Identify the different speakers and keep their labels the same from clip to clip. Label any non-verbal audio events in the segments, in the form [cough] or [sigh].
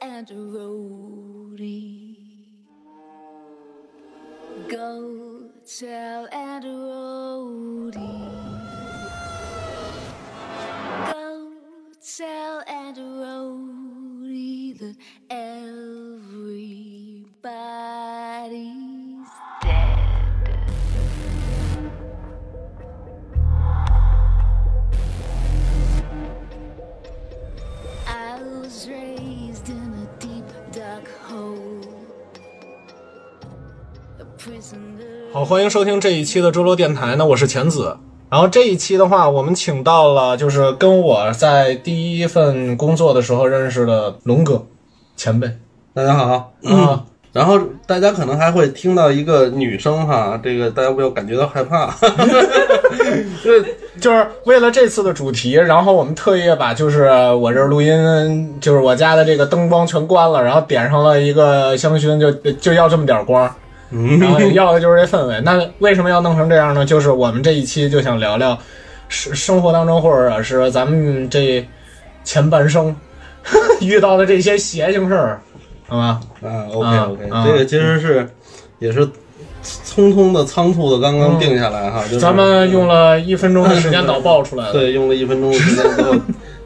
Speaker 1: that roadie. Go tell that roadie. Go tell that roadie that everybody's dead. I was raised in a deep dark hole. A prisoner.
Speaker 2: 好，欢迎收听这一期的周周电台。那我是钱子。然后这一期的话，我们请到了就是跟我在第一份工作的时候认识的龙哥前辈
Speaker 3: 大家好，嗯
Speaker 2: 啊，
Speaker 3: 然后大家可能还会听到一个女生哈，这个大家不要感觉到害怕， [laughs]
Speaker 2: 对，就是为了这次的主题，然后我们特意把就是我这儿录音，就是我家的这个灯光全关了，然后点上了一个香薰，就就要这么点儿光，
Speaker 3: 嗯
Speaker 2: 然后要的就是这氛围。那为什么要弄成这样呢？就是我们这一期就想聊聊生生活当中，或者是咱们这前半生 [laughs] 遇到的这些邪性事儿，好吧？
Speaker 3: 啊，OK
Speaker 2: 啊
Speaker 3: OK，、
Speaker 2: 啊
Speaker 3: 这个其实是、也是匆匆的仓促的刚刚定下来哈，就是
Speaker 2: 咱们用了一分钟的时间导爆出来的。
Speaker 3: 对用了一分钟的时间，
Speaker 2: [laughs]
Speaker 3: 最后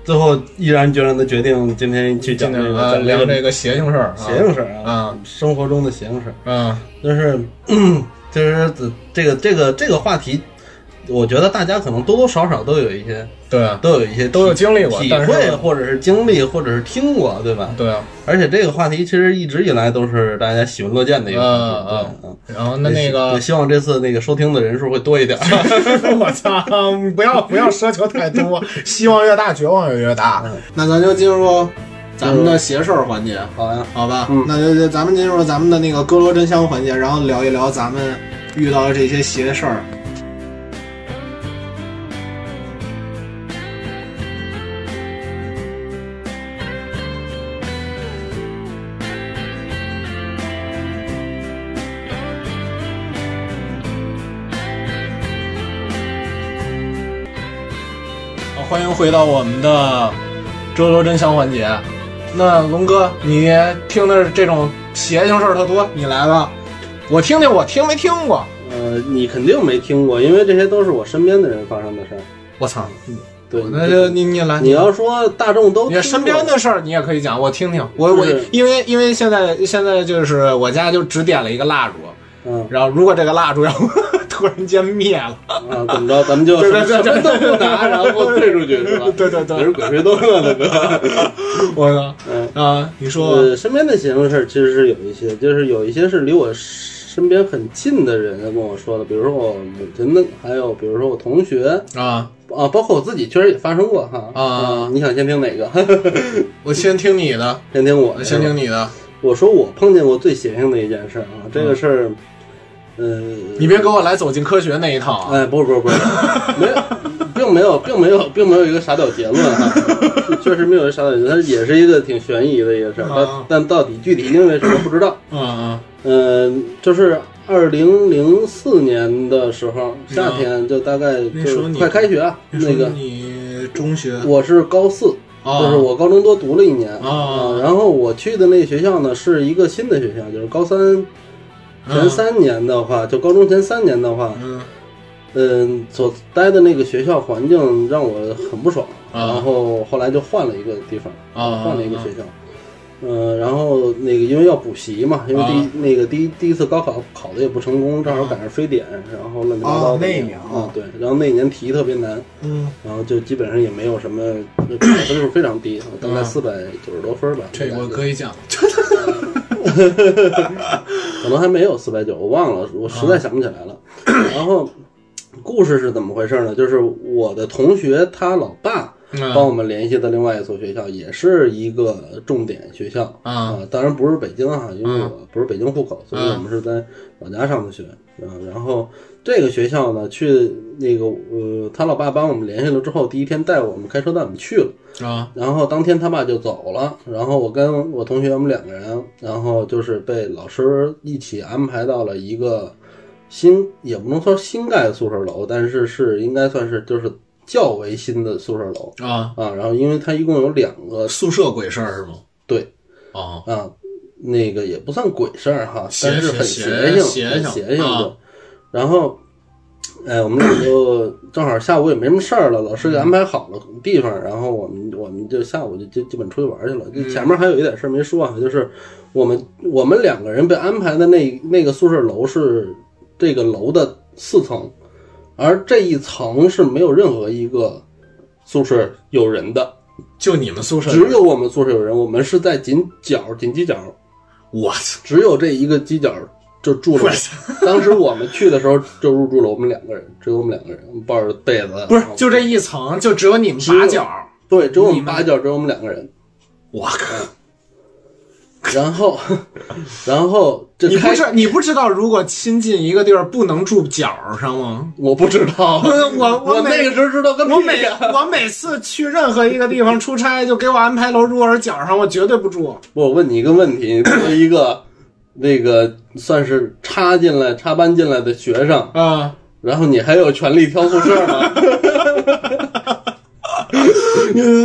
Speaker 3: 最后毅然决然的决定今天去
Speaker 2: 今
Speaker 3: 讲这
Speaker 2: 天
Speaker 3: 个
Speaker 2: 啊，
Speaker 3: 讲
Speaker 2: 聊这个邪性事儿，
Speaker 3: 邪性事儿
Speaker 2: 啊，
Speaker 3: 生活中的邪性事儿，
Speaker 2: 啊，
Speaker 3: 就是 [clears throat] 嗯就是这个这个这个话题，我觉得大家可能多多少少都有一些。
Speaker 2: 对，啊
Speaker 3: 都有一些体
Speaker 2: 都有经历过
Speaker 3: 体
Speaker 2: 但是
Speaker 3: 会，或者是经历，或者是听过，对吧？
Speaker 2: 对啊。
Speaker 3: 而且这个话题其实一直以来都是大家喜闻乐见的一个话题。对嗯
Speaker 2: 然后那那
Speaker 3: 也
Speaker 2: 个，
Speaker 3: 希望这次那个收听的人数会多一点。
Speaker 2: [laughs] 我操，不要不要奢求太多，希望越大，绝望也越大。
Speaker 4: 嗯
Speaker 2: 嗯那咱就进入
Speaker 4: 咱们的邪事儿环节，
Speaker 3: 好呀，
Speaker 4: 好吧？
Speaker 3: 嗯
Speaker 4: 那就就咱们进入咱们的那个歌罗真香环节，然后聊一聊咱们遇到的这些邪事儿。
Speaker 2: 好欢迎回到我们的周周真香环节。那龙哥，你听的这种邪性事儿特多，你来吧，我听听我听没听过。
Speaker 3: 呃，你肯定没听过，因为这些都是我身边的人发生的事儿。
Speaker 2: 我操，
Speaker 3: 对，
Speaker 2: 哦那就你你来，
Speaker 3: 嗯你要说大众都
Speaker 2: 你身边的事儿你也可以讲，我听听。我我
Speaker 3: 是
Speaker 2: 因为因为现在现在就是我家就只点了一个蜡烛，
Speaker 3: 嗯
Speaker 2: 然后如果这个蜡烛要 [laughs] 突然间灭了，
Speaker 3: 啊，怎么着，咱们就什么
Speaker 2: 对对
Speaker 3: 什
Speaker 2: 对
Speaker 3: 么都不
Speaker 2: [laughs]
Speaker 3: 拿，然后退出去是吧？
Speaker 2: 对对对
Speaker 3: 也是鬼吹灯了，对吧？
Speaker 2: 我操
Speaker 3: 嗯，
Speaker 2: 啊！你说
Speaker 3: 呃，身边的邪性事儿其实是有一些，就是有一些是离我身边很近的人跟我说的，比如说我母亲的，还有比如说我同学
Speaker 2: 啊，
Speaker 3: 啊，包括我自己，确实也发生过哈。
Speaker 2: 啊
Speaker 3: 你想先听哪个？ [laughs]
Speaker 2: 我先听你的，
Speaker 3: 先听我，
Speaker 2: 先听。你的，
Speaker 3: 我说我碰见过最邪性的一件事儿啊，这个事儿，呃，
Speaker 2: 你别给我来走进科学那一套啊！
Speaker 3: 哎，不是不是不是，没有，
Speaker 2: [laughs]
Speaker 3: 并没有，并没有，并没有一个傻屌结论哈，确实没有一个傻屌结论，它也是一个挺悬疑的一个事儿，
Speaker 2: 啊
Speaker 3: 但但到底具体因为什么不知道。
Speaker 2: 嗯嗯
Speaker 3: 嗯，就是二零零四年的时候，夏天就大概
Speaker 4: 那时候
Speaker 3: 就
Speaker 4: 你
Speaker 3: 快开学啊，
Speaker 4: 你说
Speaker 3: 那个
Speaker 4: 你中学
Speaker 3: 我是高四，
Speaker 2: 啊
Speaker 3: 就是我高中多读了一年
Speaker 2: 啊
Speaker 3: 然后我去的那学校呢是一个新的学校，就是高三前三年的话，就高中前三年的话，
Speaker 2: 嗯
Speaker 3: 嗯，所待的那个学校环境让我很不爽，
Speaker 2: 啊
Speaker 3: 然后后来就换了一个地方，
Speaker 2: 啊
Speaker 3: 换了一个学校。嗯，然后那个因为要补习嘛，因为第一、
Speaker 2: 啊
Speaker 3: 那个第一第一次高考考的也不成功，正好赶上非典，然后乱七八糟
Speaker 4: 哦
Speaker 3: 的
Speaker 4: 那年
Speaker 3: 啊，对，然后那年题特别难，
Speaker 4: 嗯，
Speaker 3: 然后就基本上也没有什么呃分数非常低，大概
Speaker 2: 啊
Speaker 3: 四百九十多分儿吧，
Speaker 2: 这我可以讲，
Speaker 3: 可能还没有四百九，我忘了，我实在想不起来了。然后故事是怎么回事呢？就是我的同学他老爸帮我
Speaker 2: 嗯
Speaker 3: 们联系的另外一所学校，也是一个重点学校
Speaker 2: 啊
Speaker 3: 当然不是北京哈，因为
Speaker 2: 嗯
Speaker 3: 我不是北京户口，所以
Speaker 2: 嗯
Speaker 3: 我们是在老家上的学。嗯，然后这个学校呢，去那个呃，他老爸帮我们联系了之后，第一天带我们开车带我们去了。
Speaker 2: 啊
Speaker 3: 然后当天他爸就走了，然后我跟我同学我们两个人，然后就是被老师一起安排到了一个新，也不能说新盖的宿舍楼，但是是应该算是就是较为新的宿舍楼
Speaker 2: 啊！
Speaker 3: 啊。然后因为它一共有两个
Speaker 2: 宿舍鬼事儿是吗？
Speaker 3: 对，
Speaker 2: 哦，
Speaker 3: 啊，那个也不算鬼事儿哈，
Speaker 2: 邪
Speaker 3: 但是很
Speaker 2: 邪
Speaker 3: 性，
Speaker 2: 邪
Speaker 3: 很
Speaker 2: 性
Speaker 3: 邪性的。
Speaker 2: 啊
Speaker 3: 然后，哎，我们俩就正好下午也没什么事儿了，老师给安排好了地方，然后我们我们就下午就就基本出去玩去了。
Speaker 2: 嗯
Speaker 3: 就前面还有一点事儿没说啊，就是我们我们两个人被安排的那那个宿舍楼是这个楼的四层，而这一层是没有任何一个宿舍有人的，
Speaker 2: 就你们宿舍
Speaker 3: 只有我们宿舍有人，我们是在紧角紧犄角。
Speaker 2: 我操，
Speaker 3: 只有这一个犄角就住了
Speaker 2: 我。
Speaker 3: [laughs] 当时我们去的时候就入住了我们两个人，只有我们两个人，我们抱着被子。
Speaker 2: 不是就这一层，就只有你们
Speaker 3: 只有
Speaker 2: 八角，
Speaker 3: 对，只有我
Speaker 2: 你
Speaker 3: 们
Speaker 2: 们
Speaker 3: 八角，只有我们两个人。
Speaker 2: 我靠！
Speaker 3: 然
Speaker 2: [laughs]
Speaker 3: 后，然后这
Speaker 2: 你不
Speaker 3: 开始
Speaker 2: 是你不知道，如果亲近一个地儿不能住角上吗？
Speaker 3: 我不知道，
Speaker 2: [laughs] 我我
Speaker 3: 我
Speaker 2: 每
Speaker 3: 那个时候知道个
Speaker 2: 我每
Speaker 3: 屁呀！
Speaker 2: 我每次去任何一个地方出差，就给我安排楼如果是角上，我绝对不住。
Speaker 3: 我问你一个问题，作为一个那个算是插进来插班进来的学生，
Speaker 2: 啊、
Speaker 3: 然后你还有权利挑宿舍吗？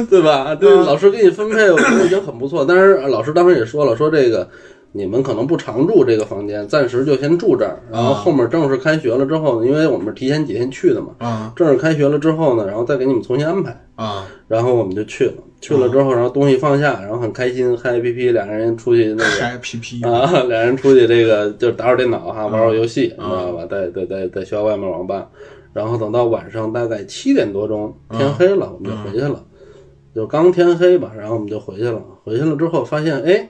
Speaker 3: 对吧？对，老师给你分配，我觉得已经很不错。但是呃老师当时也说了，说这个你们可能不常住这个房间，暂时就先住这儿。然后后面正式开学了之后呢，因为我们是提前几天去的嘛，
Speaker 2: 啊
Speaker 3: 正式开学了之后呢，然后再给你们重新安排。
Speaker 2: 啊！
Speaker 3: 然后我们就去了，去了之后，然后东西放下，然后很开心，嗨皮皮，两个人出去那个
Speaker 2: 开 PP
Speaker 3: [laughs] 啊，俩人出去这个就是打会儿电脑哈，玩会儿游戏，你知道吧？在在在在学校外面网吧，然后等到晚上大概七点多钟，天黑了，我们就回去了，就刚天黑吧，然后我们就回去了。回去了之后发现，哎，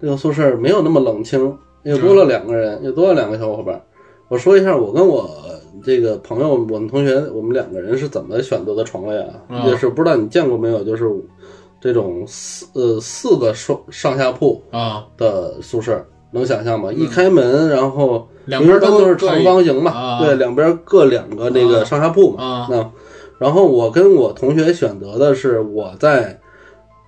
Speaker 3: 这个宿舍没有那么冷清，又多了两个人，又多了两个小伙伴。我说一下，我跟我这个朋友，我们同学，我们两个人是怎么选择的床位啊？
Speaker 2: 嗯
Speaker 3: 也是不知道你见过没有，就是这种四呃四个双上下铺，
Speaker 2: 啊
Speaker 3: 的宿舍，能想象吗？一开门，然后
Speaker 2: 嗯两边
Speaker 3: 都
Speaker 2: 都
Speaker 3: 是长方形嘛，
Speaker 2: 啊
Speaker 3: 对，两边各两个那个
Speaker 2: 啊
Speaker 3: 上下铺嘛。
Speaker 2: 啊
Speaker 3: 那然后我跟我同学选择的是我在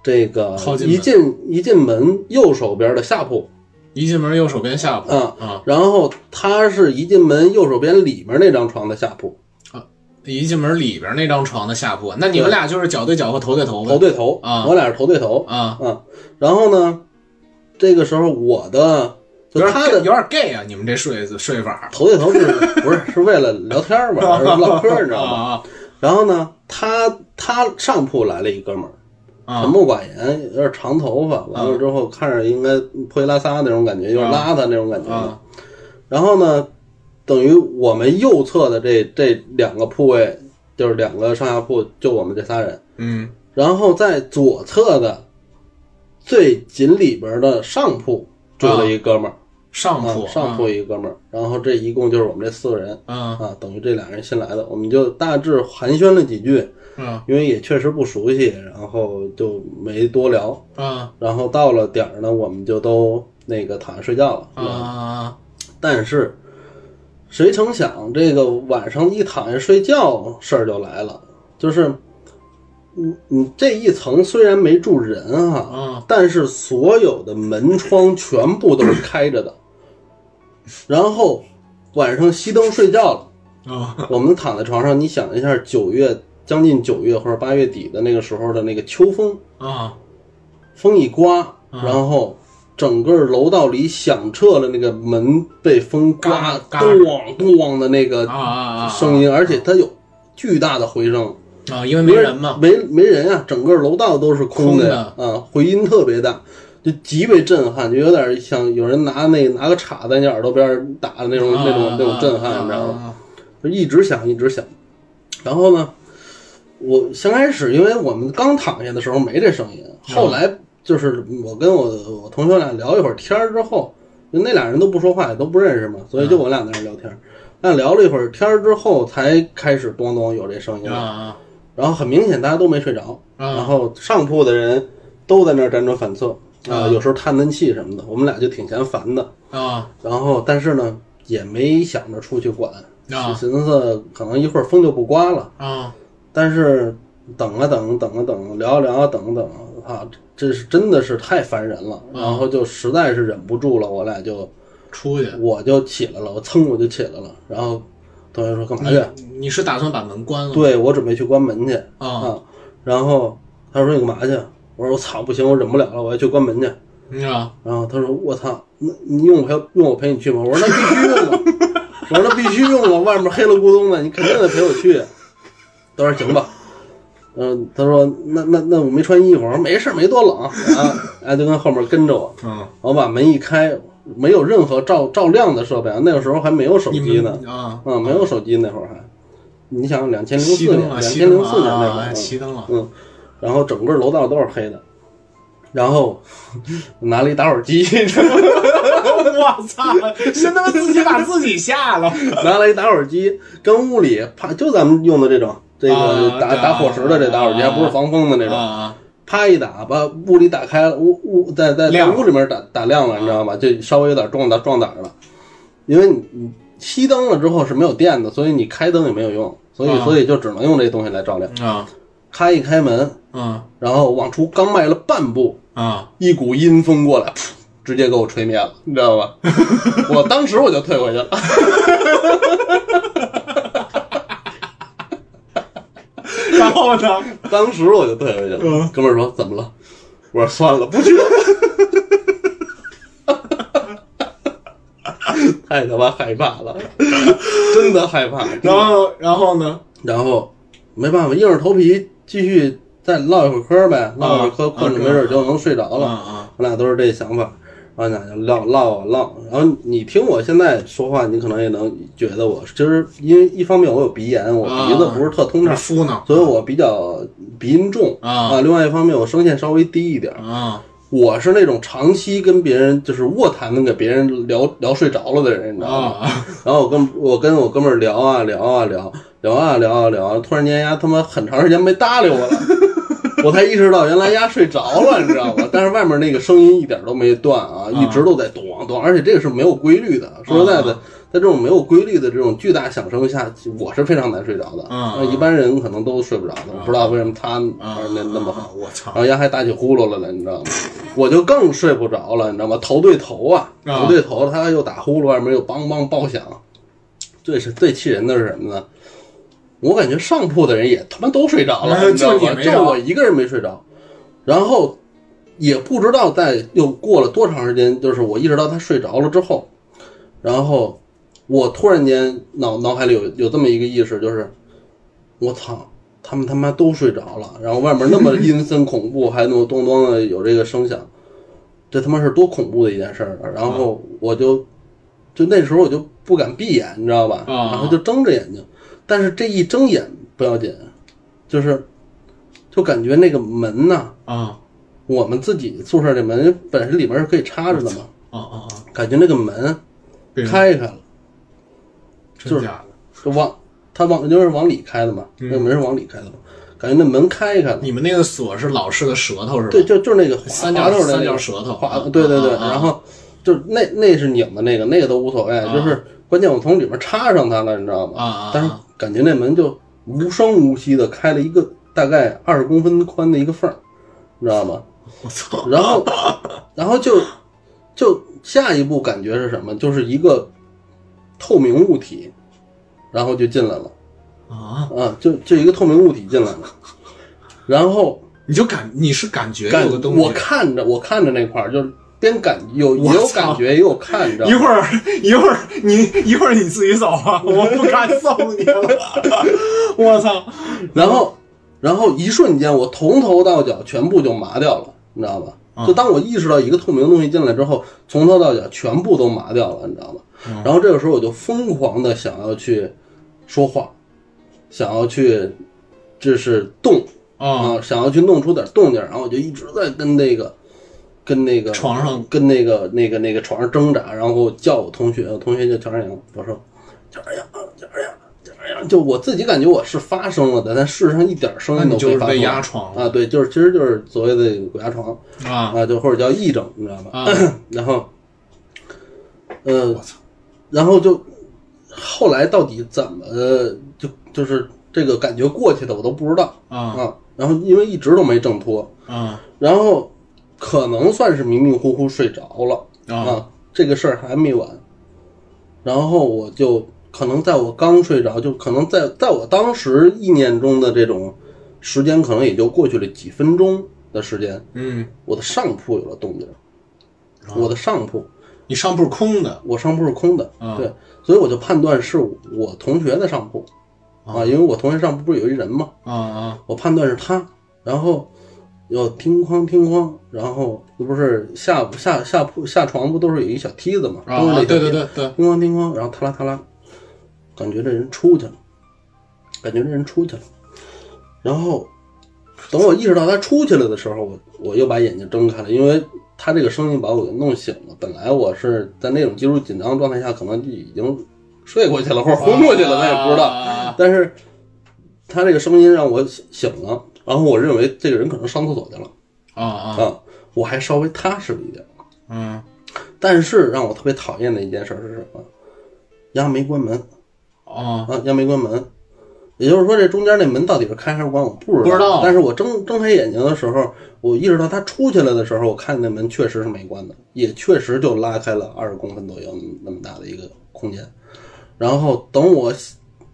Speaker 3: 这个
Speaker 2: 靠近门
Speaker 3: 一进一进门右手边的下铺，
Speaker 2: 一进门右手边下铺
Speaker 3: 啊
Speaker 2: 啊，
Speaker 3: 然后他是一进门右手边里面那张床的下铺，
Speaker 2: 一进门里边那张床的下铺，那你们
Speaker 3: 对
Speaker 2: 俩就是脚对脚或头对头呗？
Speaker 3: 头对头
Speaker 2: 啊
Speaker 3: 我俩是头对头
Speaker 2: 啊，
Speaker 3: 啊。然后呢，这个时候我的
Speaker 2: 有
Speaker 3: 就
Speaker 2: 点
Speaker 3: 他的
Speaker 2: gay- 有点 gay 啊，你们这睡睡法
Speaker 3: 头对头是不 [laughs] 是是为了聊天儿
Speaker 2: [laughs]
Speaker 3: 玩儿唠嗑儿，你知
Speaker 2: 啊
Speaker 3: 道吗？
Speaker 2: 啊
Speaker 3: 然后呢，他他上铺来了一哥们儿，
Speaker 2: 啊
Speaker 3: 沉！默寡言，有点长头发，完了之后看着应该破衣拉撒那种感觉，有点邋遢那种感觉。
Speaker 2: 啊
Speaker 3: 然后呢，等于我们右侧的这这两个铺位，就是两个上下铺，就我们这仨人。
Speaker 2: 嗯
Speaker 3: 然后在左侧的最紧里边的上铺住了一哥们儿，
Speaker 2: 啊上
Speaker 3: 啊
Speaker 2: 铺
Speaker 3: 上铺一哥们儿。然后这一共就是我们这四个人
Speaker 2: 啊
Speaker 3: 啊，等于这俩人新来的，我们就大致寒暄了几句。
Speaker 2: 啊
Speaker 3: 因为也确实不熟悉，然后就没多聊。
Speaker 2: 啊
Speaker 3: 然后到了点儿呢，我们就都那个躺下睡觉了。
Speaker 2: 啊！
Speaker 3: 但是谁成想，这个晚上一躺下睡觉，事儿就来了，就是。你你这一层虽然没住人哈、
Speaker 2: 嗯
Speaker 3: 但是所有的门窗全部都是开着的。然后晚上熄灯睡觉了，
Speaker 2: 啊
Speaker 3: 我们躺在床上，你想一下，九月将近九月或者八月底的那个时候的那个秋风，
Speaker 2: 啊
Speaker 3: 风一刮，
Speaker 2: 嗯
Speaker 3: 然后整个楼道里响彻了那个门被风刮
Speaker 2: 嘎嘎的
Speaker 3: 咚咚咣的那
Speaker 2: 啊
Speaker 3: 个
Speaker 2: 啊！
Speaker 3: 声音，而且它有巨大的回声，
Speaker 2: 啊，因为没人嘛，
Speaker 3: 没没人啊，整个楼道都是空的呀，啊，回音特别大。就极为震撼，就有点像有人拿那拿个叉在你耳朵边儿打的那种、
Speaker 2: 啊
Speaker 3: 那种那种震撼，你知道吗？
Speaker 2: 吗？
Speaker 3: 就一直想，一直想。然后呢，我先开始，因为我们刚躺下的时候没这声音，后来就是我跟我我同学俩聊一会儿天儿之后，就那俩人都不说话，也都不认识嘛，所以就我俩在那儿聊天儿。那聊了一会儿天儿之后，才开始咚咚有这声音
Speaker 2: 啊
Speaker 3: 了。
Speaker 2: 啊
Speaker 3: 然后很明显大家都没睡着，
Speaker 2: 啊
Speaker 3: 然后上铺的人都在那儿辗转反侧啊，
Speaker 2: 啊
Speaker 3: 有时候叹叹气什么的，我们俩就挺嫌烦的。
Speaker 2: 啊
Speaker 3: 然后但是呢，也没想着出去管，
Speaker 2: 啊
Speaker 3: 寻思可能一会儿风就不刮了。
Speaker 2: 啊！
Speaker 3: 但是等啊等，等啊等，聊啊聊啊等啊等啊，这是真的是太烦人了。
Speaker 2: 嗯
Speaker 3: 然后就实在是忍不住了，我俩就
Speaker 2: 出去。
Speaker 3: 我就起来了，我噌我就起来了。然后同学说干嘛去？
Speaker 2: 你是打算把门关了？
Speaker 3: 对我准备去关门去
Speaker 2: 啊
Speaker 3: 啊。然后他说你干嘛去？我说我操不行，我忍不了了，我要去关门去。
Speaker 4: 你知道，
Speaker 3: 然后他说：“我操，那你用我陪用我陪你去吗？”我说：“那必须
Speaker 4: [laughs]
Speaker 3: 用啊！”我说：“那必须用啊！外面黑了咕咚的，你肯定得陪我去。”他说：“行吧。”嗯，他说：“那那那我没穿衣服。”我说：“没事儿，没多冷。”啊，哎，就跟后面跟着我。
Speaker 2: 嗯，
Speaker 3: 我把门一开，没有任何照照亮的设备啊，那个时候还没有手
Speaker 4: 你
Speaker 3: 机呢
Speaker 4: 们，啊，
Speaker 3: 嗯，没有手机那会儿还，你想两千零四
Speaker 4: 熄
Speaker 3: 年，
Speaker 4: 灯了，
Speaker 3: 两
Speaker 4: 熄
Speaker 3: 千
Speaker 4: 灯
Speaker 3: 零四年那
Speaker 4: 了
Speaker 3: 会儿
Speaker 4: 啊，，
Speaker 3: 嗯
Speaker 4: 熄灯了，
Speaker 3: 嗯，然后整个楼道都是黑的，然后拿了一打火机， [laughs]
Speaker 2: 我操，真他妈自己把自己
Speaker 4: [laughs]
Speaker 2: 吓了。
Speaker 3: 拿了一打火机，跟屋里啪，就咱们用的这种，这
Speaker 4: 啊
Speaker 3: 个打
Speaker 4: 对啊
Speaker 3: 打火石的这打火机，
Speaker 4: 啊
Speaker 3: 还不是防风的那种，
Speaker 4: 啊，
Speaker 3: 啪一打，把屋里打开了，屋屋在在在
Speaker 2: 亮了
Speaker 3: 屋里面打打亮了，你知道吗？就稍微有点撞打撞胆儿了，因为你你熄灯了之后是没有电的，所以你开灯也没有用，所以
Speaker 4: 啊
Speaker 3: 所以就只能用这东西来照亮。
Speaker 4: 啊，
Speaker 3: 咔一开门，
Speaker 4: 啊，
Speaker 3: 然后往出刚迈了半步，
Speaker 4: 啊，
Speaker 3: 一股阴风过来，噗直接给我吹灭了，你知道吧？我当时我就退回去了。
Speaker 2: 然后呢？
Speaker 3: 当时我就退回去了。
Speaker 4: 嗯
Speaker 3: 哥们儿说怎么了？我说算了，不去了。 [laughs] 太他妈害怕了，真的害怕。
Speaker 2: 然后，然后呢？
Speaker 3: 然后没办法，硬着头皮继续再唠一会儿嗑儿呗，唠一会儿嗑，
Speaker 4: 啊
Speaker 3: 困着没准儿就能睡着了。
Speaker 4: 啊啊
Speaker 3: 我俩都是这想法，然后俩就唠唠啊唠。然后你听我现在说话，你可能也能觉得我，其实因为一方面我有鼻炎，我鼻子不是特通
Speaker 2: 啊
Speaker 3: 畅，
Speaker 4: 敷呢，
Speaker 3: 所以我比较鼻音重
Speaker 4: 啊
Speaker 3: 另外一方面，我声线稍微低一点儿。
Speaker 4: 啊，
Speaker 3: 我是那种长期跟别人就是卧谈的，给别人聊聊睡着了的人，你知道吗？
Speaker 4: 啊
Speaker 3: 然后我跟我跟我哥们儿聊啊聊啊聊聊啊聊啊聊啊，突然间丫他妈很长时间没搭理我了，我才意识到原来丫睡着了，你知道吗？但是外面那个声音一点都没断啊，一直都在咚咚，而且这个是没有规律的。说实在的，在这种没有规律的这种巨大响声下，我是非常难睡着的。
Speaker 4: 啊
Speaker 3: 那一般人可能都睡不着的，我不知道为什么他
Speaker 2: 啊
Speaker 3: 那那么好。
Speaker 4: 我操
Speaker 3: 然，后丫还打起呼噜来了，你知道吗？我就更睡不着了，你知道吗？头对头啊，
Speaker 4: 啊
Speaker 3: 头对头，他又打呼噜，外面又梆梆爆响。最是最气人的是什么呢？我感觉上铺的人也他妈都睡着了，
Speaker 4: 嗯
Speaker 3: 你知道
Speaker 4: 就
Speaker 3: 吗
Speaker 4: 你没
Speaker 3: 就
Speaker 4: 着
Speaker 3: 我一个人没睡着，然后也不知道在又过了多长时间，就是我意识到他睡着了之后，然后我突然间脑脑海里有有这么一个意识，就是我操，他们他妈都睡着了，然后外面那么阴森恐怖，还那么咚咚的有这个声响，这他妈是多恐怖的一件事儿啊！然后我就就那时候我就不敢闭眼，你知道吧？
Speaker 4: 啊
Speaker 3: 然后就睁着眼睛，但是这一睁眼不要紧，就是就感觉那个门呐、
Speaker 4: 啊
Speaker 3: 我们自己宿舍这门本身里面是可以插着的嘛，
Speaker 4: 啊啊啊，
Speaker 3: 感觉那个门
Speaker 4: 被人
Speaker 3: 开开了，
Speaker 4: 真假的，
Speaker 3: 就往它往就是往里开的嘛，那个门是往里开的嘛，感觉那门开开了。
Speaker 4: 你们那个锁是老式的舌头是吧？
Speaker 3: 对，就就是那个
Speaker 4: 三
Speaker 3: 滑
Speaker 4: 角
Speaker 3: 头的那
Speaker 4: 三
Speaker 3: 个
Speaker 4: 角舌头
Speaker 3: 滑
Speaker 4: 啊
Speaker 3: 对对对，
Speaker 4: 啊啊
Speaker 3: 然后就是那那是拧的那个，那个都无所谓，就是关键我从里面插上它了，你知道吗？
Speaker 4: 啊啊啊
Speaker 3: 但是感觉那门就无声无息的开了一个大概二十公分宽的一个缝儿，你知道吗？
Speaker 4: 我操，
Speaker 3: 然后，然后就就下一步感觉是什么？就是一个透明物体，然后就进来了
Speaker 4: 啊，
Speaker 3: 啊，就就一个透明物体进来了，然后。
Speaker 4: 你就感你是感觉
Speaker 3: 感
Speaker 4: 有个东西，
Speaker 3: 我看着我看着那块儿，就是边感有也
Speaker 4: 我
Speaker 3: 有
Speaker 4: 操
Speaker 3: 感觉，也有看着
Speaker 2: 一。会儿，一会儿你一会儿你自己走啊，我不敢送你了。我操！
Speaker 3: 然后，然后一瞬间，我从头到脚全部就麻掉了，你知道吧？
Speaker 4: 啊
Speaker 3: 就当我意识到一个透明的东西进来之后，从头到脚全部都麻掉了，你知道吗？
Speaker 4: 嗯
Speaker 3: 然后这个时候我就疯狂的想要去说话，想要去就是动
Speaker 4: 啊，
Speaker 3: 啊，想要去弄出点动静儿，然后我就一直在跟那个跟那个
Speaker 4: 床上
Speaker 3: 跟那个那个那个床上挣扎，然后叫我同学，我同学叫乔二阳，我说乔二阳，乔二阳，乔二阳，就我自己感觉我是发声了的，但事实上一点声
Speaker 4: 那
Speaker 3: 音都
Speaker 4: 你就
Speaker 3: 没
Speaker 4: 是
Speaker 3: 发出
Speaker 4: 被
Speaker 3: 来
Speaker 4: 压。床了
Speaker 3: 啊，对，就是其实就是所谓的鬼压床
Speaker 4: 啊
Speaker 3: 啊，就或者叫癔症，你知道吧？
Speaker 4: 啊
Speaker 3: 然后，呃，然后就后来到底怎么就就是这个感觉过去的，我都不知道
Speaker 4: 啊
Speaker 3: 啊。然后因为一直都没挣脱，
Speaker 4: 啊
Speaker 3: 然后可能算是迷迷糊糊睡着了
Speaker 4: 啊
Speaker 3: 这个事儿还没完。然后我就可能在我刚睡着，就可能在在我当时意念中的这种时间，可能也就过去了几分钟的时间，
Speaker 4: 嗯
Speaker 3: 我的上铺有了动静，
Speaker 4: 啊
Speaker 3: 我的上铺，
Speaker 4: 你上铺空的，
Speaker 3: 我上铺是空的，
Speaker 4: 啊
Speaker 3: 对，所以我就判断是我同学的上铺啊，因为我同学上铺不是有一人嘛，
Speaker 4: 啊啊
Speaker 3: 我判断是他，然后又听哐听哐，然后这不是下下下铺下床不都是有一小梯子嘛，
Speaker 4: 啊
Speaker 3: 都是那小
Speaker 4: 啊！
Speaker 3: 梯
Speaker 4: 对对
Speaker 3: 子
Speaker 4: 对对，
Speaker 3: 叮咣叮咣，然后踏啦踏啦，感觉这人出去了，感觉这人出去了。然后等我意识到他出去了的时候，我我又把眼睛睁开了，因为他这个声音把我给弄醒了。本来我是在那种极度紧张状态下，可能就已经睡过去了或者昏过去
Speaker 2: 啊
Speaker 3: 了，咱也不知道。
Speaker 4: 道。
Speaker 3: 但是他这个声音让我醒了，然后我认为这个人可能上厕所去了
Speaker 4: 啊啊，
Speaker 3: 啊，我还稍微踏实了一点。
Speaker 4: 嗯
Speaker 3: 但是让我特别讨厌的一件事是什么？丫没关门。
Speaker 4: 哦
Speaker 3: 啊，要没关门。也就是说，这中间那门到底是开还是关，我不
Speaker 4: 不
Speaker 3: 知道。
Speaker 4: 知道
Speaker 3: 但是我睁睁开眼睛的时候，我意识到他出去了的时候，我看那门确实是没关的，也确实就拉开了二十公分左右那么大的一个空间。然后等我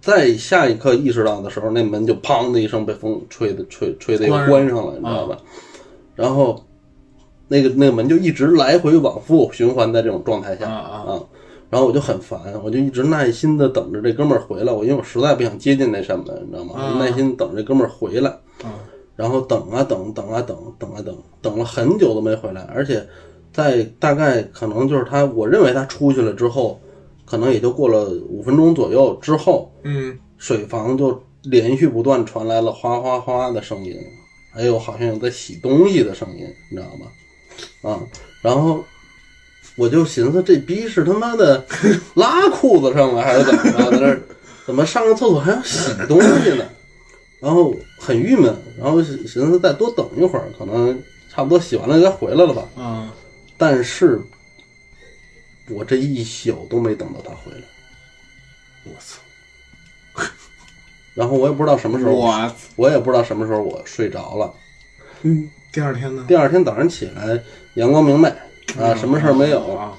Speaker 3: 再下一刻意识到的时候，那门就砰的一声被风吹的吹吹的又
Speaker 4: 关上
Speaker 3: 关上了，啊你知道吧？然后那个那个门就一直来回往复循环在这种状态下
Speaker 4: 啊啊
Speaker 3: 然后我就很烦，我就一直耐心的等着这哥们儿回来，我因为我实在不想接近那扇门，你知道吗？
Speaker 4: 啊
Speaker 3: 我就耐心地等着这哥们儿回来，
Speaker 4: 啊
Speaker 3: 然后等啊等，等啊等，等啊等，等了很久都没回来，而且在大概可能就是他，我认为他出去了之后，可能也就过了五分钟左右之后，
Speaker 4: 嗯
Speaker 3: 水房就连续不断传来了哗哗哗的声音，还有好像有在洗东西的声音，你知道吗？啊，然后我就寻思这逼是他妈的拉裤子上了还是怎么着？在那儿怎么上个厕所还要洗东西呢？然后很郁闷，然后寻思再多等一会儿，可能差不多洗完了该回来了吧。
Speaker 4: 啊
Speaker 3: 但是，我这一宿都没等到他回来。
Speaker 4: 我操！
Speaker 3: 然后我也不知道什么时候
Speaker 4: 我
Speaker 3: 我也不知道什么时候我睡着了。
Speaker 4: 嗯，第二天呢？
Speaker 3: 第二天早上起来，阳光明媚啊，什么事儿没有。
Speaker 4: 啊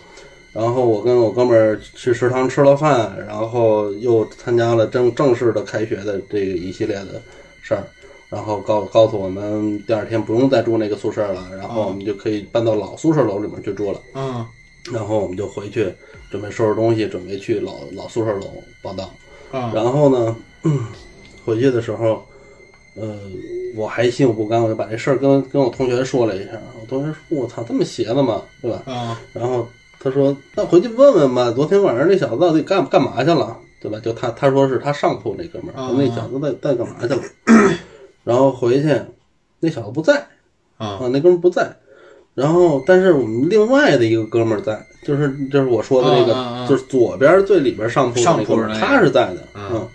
Speaker 3: 然后我跟我哥们儿去食堂吃了饭，然后又参加了正正式的开学的这个一系列的事儿。然后告告诉我们，第二天不用再住那个宿舍了，然后我们就可以搬到老宿舍楼里面去住了。
Speaker 4: 啊
Speaker 3: 然后我们就回去准备收拾东西，准备去老老宿舍楼报道。
Speaker 4: 啊
Speaker 3: 然后呢， [clears throat] 回去的时候，呃，我还心有不甘，我就把这事儿跟跟我同学说了一下。我同学说：“我操，这么邪的吗？对吧
Speaker 4: 啊！？”
Speaker 3: 然后他说：“那回去问问吧，昨天晚上那小子到底干干嘛去了？对吧？”就他他说是他上铺那哥们儿，
Speaker 4: 啊
Speaker 3: 那小子在在干嘛去了？ [clears throat] 然后回去，那小子不在
Speaker 4: 啊
Speaker 3: 那哥们儿不在。然后，但是我们另外的一个哥们儿在，就是就是我说的那个，
Speaker 4: 啊啊啊
Speaker 3: 就是左边最里边上铺的那哥们
Speaker 4: 上铺的那
Speaker 3: 儿，
Speaker 4: 个
Speaker 3: 他是在的，
Speaker 4: 嗯
Speaker 3: 嗯。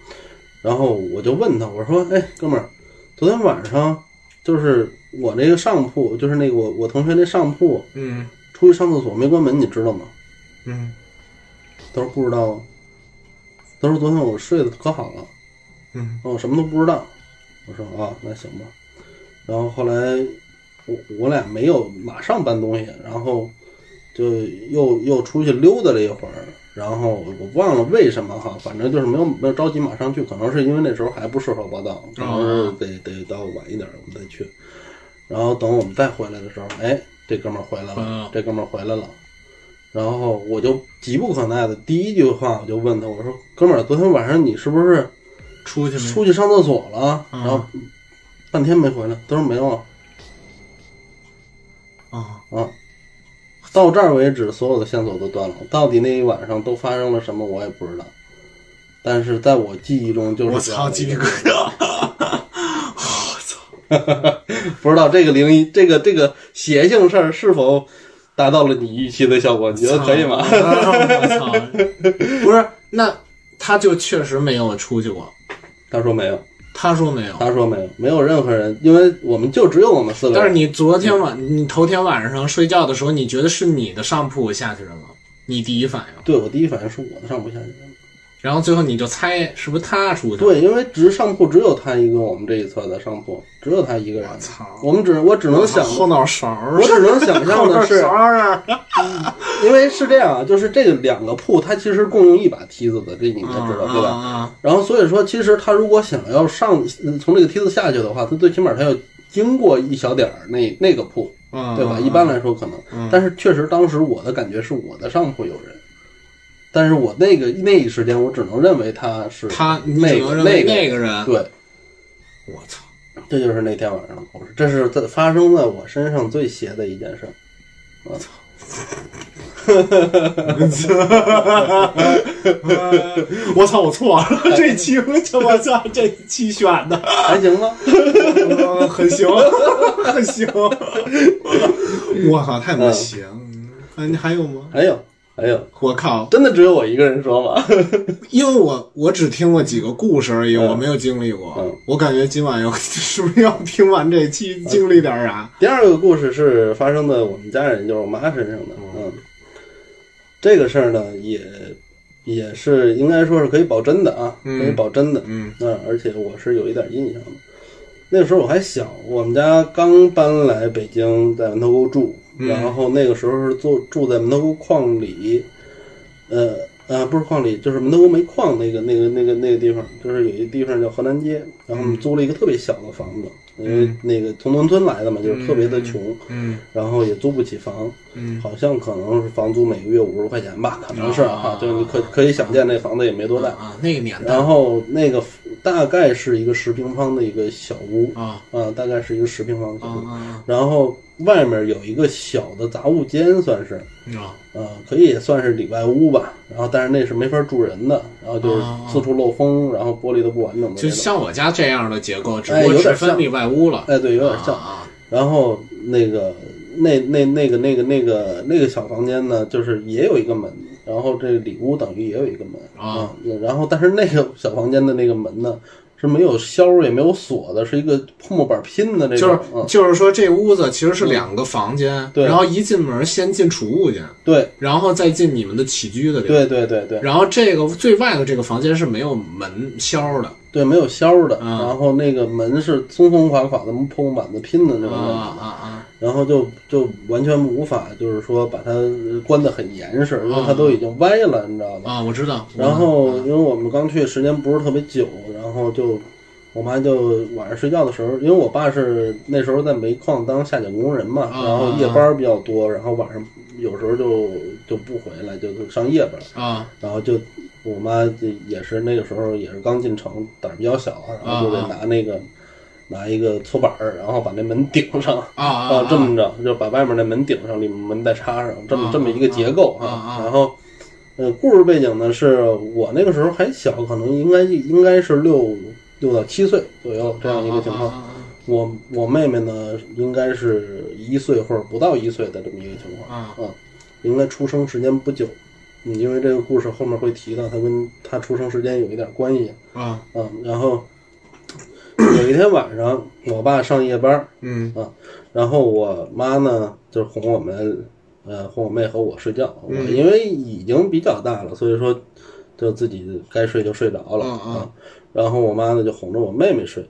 Speaker 3: 然后我就问他，我说：“哎，哥们儿，昨天晚上就是我那个上铺，就是那个我我同学那上铺，
Speaker 4: 嗯
Speaker 3: 出去上厕所没关门，你知道吗
Speaker 4: 嗯？”
Speaker 3: 他说：“不知道啊。”他说：“昨天我睡得可好了。”
Speaker 4: 嗯
Speaker 3: 哦，什么都不知道。我说啊，那行吧。然后后来我我俩没有马上搬东西，然后就又又出去溜达了一会儿，然后我忘了为什么哈，反正就是没有没有着急马上去，可能是因为那时候还不适合报道，可能是得得到晚一点我们再去。然后等我们再回来的时候，哎，这哥们儿回来
Speaker 4: 回来了
Speaker 3: 了，这哥们儿回来了。然后我就急不可耐的第一句话我就问他，我说：“哥们儿，昨天晚上你是不是
Speaker 4: 出去没？
Speaker 3: 出去上厕所了，
Speaker 4: 嗯
Speaker 3: 然后半天没回来，他说没有啊。
Speaker 4: 啊
Speaker 3: 啊到这儿为止，所有的线索都断了，到底那一晚上都发生了什么，我也不知道。但是在我记忆中，就是
Speaker 4: 我
Speaker 3: 这样
Speaker 4: 操，
Speaker 3: 的一
Speaker 4: 鸡皮
Speaker 3: 个
Speaker 4: 疙瘩！
Speaker 3: 不知道这个灵异，这个这个邪性事儿是否达到了你预期的效果？你觉得可以吗？
Speaker 2: 我操！ [laughs] 不是，那他就确实没有出去过。
Speaker 3: 他说没有，
Speaker 2: 他说没有，
Speaker 3: 他说没有，没有任何人，因为我们就只有我们四个人。
Speaker 2: 但是你昨天晚，你头天晚上睡觉的时候，你觉得是你的上铺下去了吗？你第一反应，
Speaker 3: 对我第一反应是我的上不下去。
Speaker 2: 然后最后你就猜是不是他出去？，
Speaker 3: 对，因为只上铺只有他一个，我们这一侧的上铺只有他一个人。
Speaker 4: 我操
Speaker 3: 我们只我只能想，
Speaker 2: 后脑勺儿，
Speaker 3: 我只
Speaker 2: [laughs]
Speaker 3: 能想象的是
Speaker 4: 小，
Speaker 3: 啊
Speaker 4: 二
Speaker 3: 因为是这样啊，就是这两个铺它其实共用一把梯子的，这你应该知道对吧？
Speaker 2: 啊
Speaker 3: 然后所以说，其实他如果想要上呃从这个梯子下去的话，他最起码他要经过一小点儿那那个铺，
Speaker 2: 啊嗯，
Speaker 3: 对吧？
Speaker 2: 嗯
Speaker 3: 一般来说可能，
Speaker 2: 嗯
Speaker 3: 但是确实当时我的感觉是我的上铺有人，但是我那个那一时间我只能认为他是
Speaker 2: 他你
Speaker 3: 那
Speaker 2: 只
Speaker 3: 个
Speaker 2: 能认为
Speaker 3: 个
Speaker 2: 那个人，
Speaker 3: 对，
Speaker 2: 我操，
Speaker 3: 这就是那天晚上的故事，这是在发生在我身上最邪的一件事儿。我操！
Speaker 2: [laughs] 我操，我错了，这期我操，我操，这一期选的，
Speaker 3: 还行吧，
Speaker 2: 嗯很行，很行，我靠，太不行。嗯，你还有吗？
Speaker 3: 还有还有，
Speaker 2: 我靠，
Speaker 3: 真的只有我一个人说吗？
Speaker 2: 因为我我只听过几个故事而已，
Speaker 3: 嗯
Speaker 2: 我没有经历过。
Speaker 3: 嗯
Speaker 2: 我感觉今晚要 [laughs] 是不是要听完这期经历点啊啥？
Speaker 3: 第二个故事是发生在我们家人，就是我妈身上的。嗯，这个事儿呢，也也是应该说是可以保真的啊，
Speaker 2: 嗯
Speaker 3: 可以保真的。
Speaker 2: 嗯，
Speaker 3: 那而且我是有一点印象的。那个时候我还小，我们家刚搬来北京，在门头沟住，
Speaker 2: 嗯
Speaker 3: 然后那个时候是住住在门头沟矿里，呃呃，不是矿里，就是门头沟煤矿那个那个那个那个地方，就是有一地方叫河南街，然
Speaker 2: 嗯
Speaker 3: 后我们租了一个特别小的房子，因为那个从农村来的嘛，就是特别的穷，
Speaker 2: 嗯
Speaker 3: 然后也租不起房，
Speaker 2: 嗯
Speaker 3: 好像可能是房租每个月五十块钱吧，可能是
Speaker 2: 啊
Speaker 3: 啊，就是你可可以想见那房子也没多大，
Speaker 2: 啊，那个年代
Speaker 3: 然后那个大概是一个十平方的一个小屋
Speaker 2: 啊
Speaker 3: 啊，大概是一个十平方的
Speaker 2: 啊
Speaker 3: 小屋，
Speaker 2: 啊
Speaker 3: 然后外面有一个小的杂物间，算是
Speaker 2: 啊！
Speaker 3: 啊，可以也算是里外屋吧。然后但是那是没法住人的，然后就是
Speaker 2: 啊
Speaker 3: 四处漏风，然后玻璃都不完整的
Speaker 2: 就
Speaker 3: 那种。
Speaker 2: 像我家这样的结构，只
Speaker 3: 哎
Speaker 2: 不过
Speaker 3: 有
Speaker 2: 只
Speaker 3: 点
Speaker 2: 分
Speaker 3: 像
Speaker 2: 里外屋了。
Speaker 3: 哎，对，有点像。
Speaker 2: 啊
Speaker 3: 然后那个那那那个那个那个那个小房间呢，就是也有一个门，然后这里屋等于也有一个门
Speaker 2: 啊
Speaker 3: 嗯然后但是那个小房间的那个门呢是没有销也没有锁的，是一个木板拼的那
Speaker 2: 就
Speaker 3: 种
Speaker 2: 是。
Speaker 3: 嗯，
Speaker 2: 就是说，这屋子其实是两个房间，
Speaker 3: 对
Speaker 2: 然后一进门先进储物间，
Speaker 3: 对
Speaker 2: 然后再进你们的起居的地方。
Speaker 3: 对对对对
Speaker 2: 然后这个最外头这个房间是没有门销的
Speaker 3: 对，没有销的。
Speaker 2: 啊
Speaker 3: 然后那个门是松松垮垮的破木板子拼的那种
Speaker 2: 啊
Speaker 3: 感觉。
Speaker 2: 啊啊！
Speaker 3: 然后就就完全无法，就是说把它关得很严实，因为它都已经歪了，你知道吧？
Speaker 2: 啊，我知道。嗯
Speaker 3: 然后因为我们刚去时间不是特别久，然后就我妈就晚上睡觉的时候，因为我爸是那时候在煤矿当下井工人嘛，
Speaker 2: 啊
Speaker 3: 然后夜班比较多，然后晚上有时候就就不回来，就就上夜班，
Speaker 2: 啊
Speaker 3: 然后就我妈就也是那个时候也是刚进城，胆儿比较小，然后就得
Speaker 2: 啊
Speaker 3: 拿那个拿一个搓板儿，然后把那门顶上。
Speaker 2: 啊啊
Speaker 3: 啊，这么着，就把外面那门顶上，里面门再插上，这么
Speaker 2: 啊
Speaker 3: 这么一个结构
Speaker 2: 啊啊
Speaker 3: 然后，呃，故事背景呢，是我那个时候还小，可能应该应该是六六到七岁左右这样一个情
Speaker 2: 啊
Speaker 3: 况。我我妹妹呢，应该是一岁或者不到一岁的这么一个情况
Speaker 2: 啊
Speaker 3: 啊，应该出生时间不久。嗯，因为这个故事后面会提到，她跟她出生时间有一点关系
Speaker 2: 啊
Speaker 3: 啊。然后 [coughs] 有一天晚上，我爸上夜班儿，
Speaker 2: 嗯
Speaker 3: 啊，然后我妈呢，就是哄我们，呃，哄我妹和我睡觉。我
Speaker 2: 嗯
Speaker 3: 因为已经比较大了，所以说就自己该睡就睡着了
Speaker 2: 嗯嗯
Speaker 3: 啊。然后我妈呢就哄着我妹妹睡。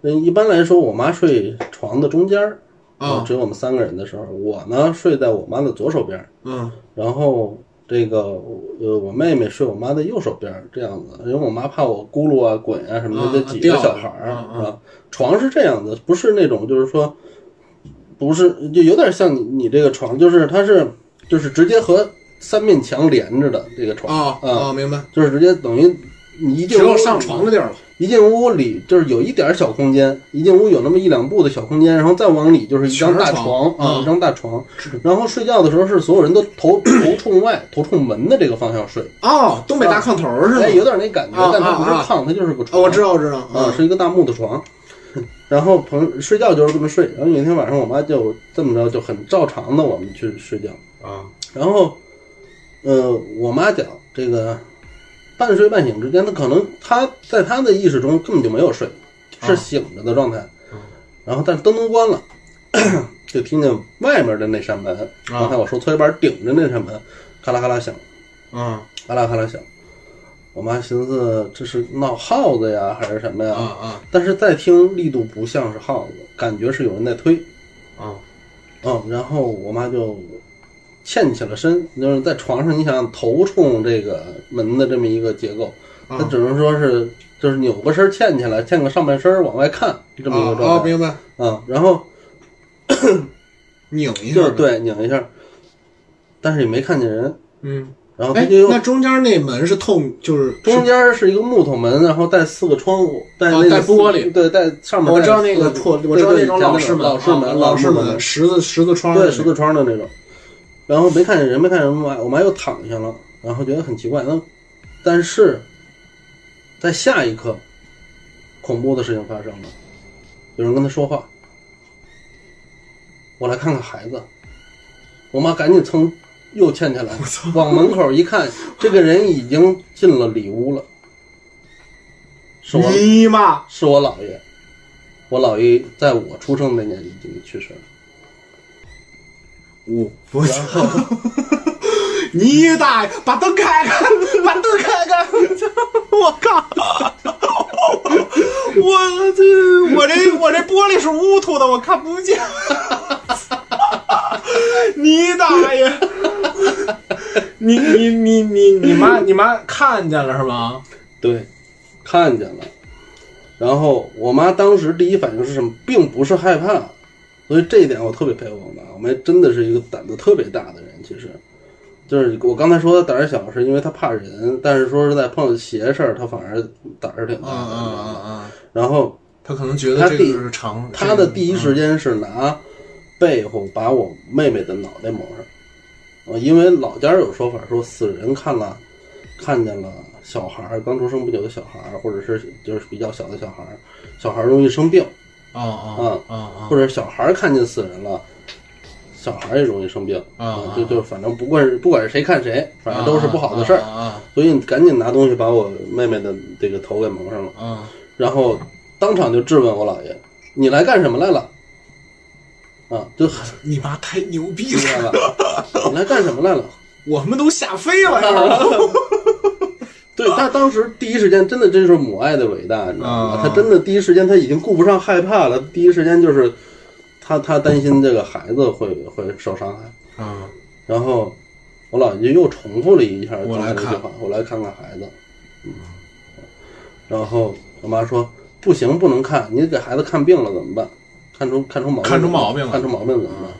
Speaker 3: 那一般来说，我妈睡床的中间儿
Speaker 2: 啊
Speaker 3: 只有我们三个人的时候，我呢睡在我妈的左手边儿，
Speaker 2: 嗯
Speaker 3: 然后这个呃我妹妹睡我妈的右手边儿这样子，因为我妈怕我咕噜啊滚啊什么
Speaker 2: 啊
Speaker 3: 的，这
Speaker 2: 啊
Speaker 3: 几
Speaker 2: 掉
Speaker 3: 个
Speaker 2: 了
Speaker 3: 小孩儿
Speaker 2: 啊啊
Speaker 3: 啊，床是这样的，不是那种就是说，不是就有点像你你这个床，就是它是就是直接和三面墙连着的这个床
Speaker 2: 啊啊，明白。
Speaker 3: 就是直接等于你一
Speaker 2: 只
Speaker 3: 进屋
Speaker 2: 有上床的地儿了。
Speaker 3: 一进屋里就是有一点小空间，一进屋有那么一两步的小空间，然后再往里就是一张大床
Speaker 2: 全是床
Speaker 3: 啊
Speaker 2: 嗯，
Speaker 3: 一张大床。然后睡觉的时候是所有人都头头冲外、头冲门的这个方向睡，
Speaker 2: 哦，东北大炕头儿
Speaker 3: 哎，
Speaker 2: 是
Speaker 3: 有
Speaker 2: 吗？
Speaker 3: 点那感
Speaker 2: 啊
Speaker 3: 觉，但它不是
Speaker 2: 啊啊
Speaker 3: 炕，它就是个
Speaker 2: 哦，
Speaker 3: 床。
Speaker 2: 我知道，我知道。
Speaker 3: 啊，
Speaker 2: 啊
Speaker 3: 是一个大木头床。 [laughs] 然后朋睡觉就是这么睡，然后有一天晚上我妈就这么着就很照常的我们去睡觉，
Speaker 2: 嗯
Speaker 5: 啊，
Speaker 3: 然后，呃，我妈讲这个半睡半醒之间，她可能她在她的意识中根本就没有睡，是醒着的状态。然后，但是灯都关了， [coughs] 就听见外面的那扇门，刚才我说搓衣板顶着那扇门，咔啦咔啦响，
Speaker 2: 啊
Speaker 3: 咔啦咔啦响。我妈寻思这是闹耗子呀，还是什么呀？
Speaker 2: 啊啊
Speaker 3: 但是再听力度不像是耗子，感觉是有人在推。
Speaker 5: 啊，
Speaker 3: 嗯，然后我妈就欠起了身，就是在床上，你想头冲这个门的这么一个结构，
Speaker 2: 啊
Speaker 3: 她只能说是就是扭过身欠起来，欠个上半身往外看这么一个
Speaker 2: 啊！
Speaker 3: 状态。
Speaker 2: 明白。
Speaker 3: 啊，然后
Speaker 4: 拧一
Speaker 3: 就
Speaker 4: 下
Speaker 3: 是
Speaker 4: 呗，
Speaker 3: 对拧一下，但是也没看见人。
Speaker 2: 嗯，
Speaker 3: 然后他
Speaker 4: 哎
Speaker 3: 就，
Speaker 4: 那
Speaker 3: 用
Speaker 4: 中间那门是透明，就是
Speaker 3: 中间是一个木头门，然后带四个窗户，带
Speaker 2: 哦
Speaker 3: 那个
Speaker 2: 带
Speaker 3: 四
Speaker 2: 玻璃
Speaker 3: 对，带上面
Speaker 2: 我
Speaker 3: 带
Speaker 2: 知道
Speaker 3: 四
Speaker 2: 那个破，我知道
Speaker 3: 对
Speaker 2: 那种
Speaker 3: 对以前
Speaker 2: 老
Speaker 3: 那
Speaker 2: 式门，
Speaker 3: 老式
Speaker 2: 啊
Speaker 3: 门，
Speaker 2: 老
Speaker 3: 式
Speaker 2: 式
Speaker 3: 门
Speaker 2: 门，，十字十字窗的那
Speaker 3: 对，
Speaker 2: 个，
Speaker 3: 十字窗的那种。然后没看见人，没看见人，我我妈又躺下了，然后觉得很奇怪。那但是，在下一刻，恐怖的事情发生了，有人跟她说话。我来看看孩子，我妈赶紧从又欠下来，往门口一看，这个人已经进了里屋了，是我
Speaker 2: 尼玛，
Speaker 3: 是我姥爷，我姥爷在我出生那年已经去世了。
Speaker 4: 我
Speaker 3: 我操！
Speaker 4: [laughs] 你大爷，把灯开开，把灯开开！ [laughs] 我靠！ [laughs] 我这我这我这玻璃是乌秃的，我看不见。 [laughs]
Speaker 2: 你大爷！
Speaker 4: [laughs]
Speaker 2: 你你你你你妈你妈看见了是吗？
Speaker 3: 对，看见了。然后我妈当时第一反应是什么？并不是害怕，所以这一点我特别佩服我妈。我妈真的是一个胆子特别大的人。其实，就是我刚才说她胆儿小，是因为她怕人，但是说实在碰到邪事儿，她反而胆儿挺大
Speaker 4: 啊啊
Speaker 3: 的。
Speaker 2: 嗯
Speaker 3: 你知道
Speaker 4: 啊
Speaker 3: 吗
Speaker 4: 啊！
Speaker 3: 然后
Speaker 4: 他可能觉得
Speaker 3: 他
Speaker 4: 这个嗯
Speaker 3: 第
Speaker 4: 就是长，
Speaker 3: 她的第一
Speaker 4: 时
Speaker 3: 时间是拿被后把我妹妹的脑袋蒙上。呃，因为老家有说法说死人看了，看见了小孩儿刚出生不久的小孩儿，或者是就是比较小的小孩儿，小孩儿容易生病，
Speaker 4: 哦
Speaker 2: 啊啊啊啊！
Speaker 3: 嗯或者小孩儿看见死人了，小孩儿也容易生病
Speaker 2: 啊啊
Speaker 3: 就就反正不管是不管是谁看谁，反正都是不好的事儿。
Speaker 2: 啊
Speaker 3: 所以你赶紧拿东西把我妹妹的这个头给蒙上了，
Speaker 2: 啊啊！
Speaker 3: 然后当场就质问我姥爷：“你来干什么来了？”啊，就很
Speaker 4: 你妈太牛逼
Speaker 3: 厉害
Speaker 4: 了，
Speaker 2: [laughs]
Speaker 3: 了，你来干什么来了？
Speaker 4: [laughs] 我们都吓飞了要
Speaker 3: [laughs]
Speaker 4: 是。
Speaker 3: 对他当时第一时间真的这就是母爱的伟大，你知道吗
Speaker 4: 啊？
Speaker 3: 他真的第一时间他已经顾不上害怕了，第一时间就是他他担心这个孩子会会受伤害，
Speaker 2: 嗯
Speaker 4: 啊，
Speaker 3: 然后我姥爷就又重复了一下
Speaker 4: 我
Speaker 3: 刚
Speaker 4: 来
Speaker 3: 才那句
Speaker 4: 看
Speaker 3: 话，我来看看孩子，嗯，然后我妈说不行不能看，你给孩子看病了怎么办？看出看出毛病
Speaker 4: 看出毛病了
Speaker 3: 看出毛病怎么办？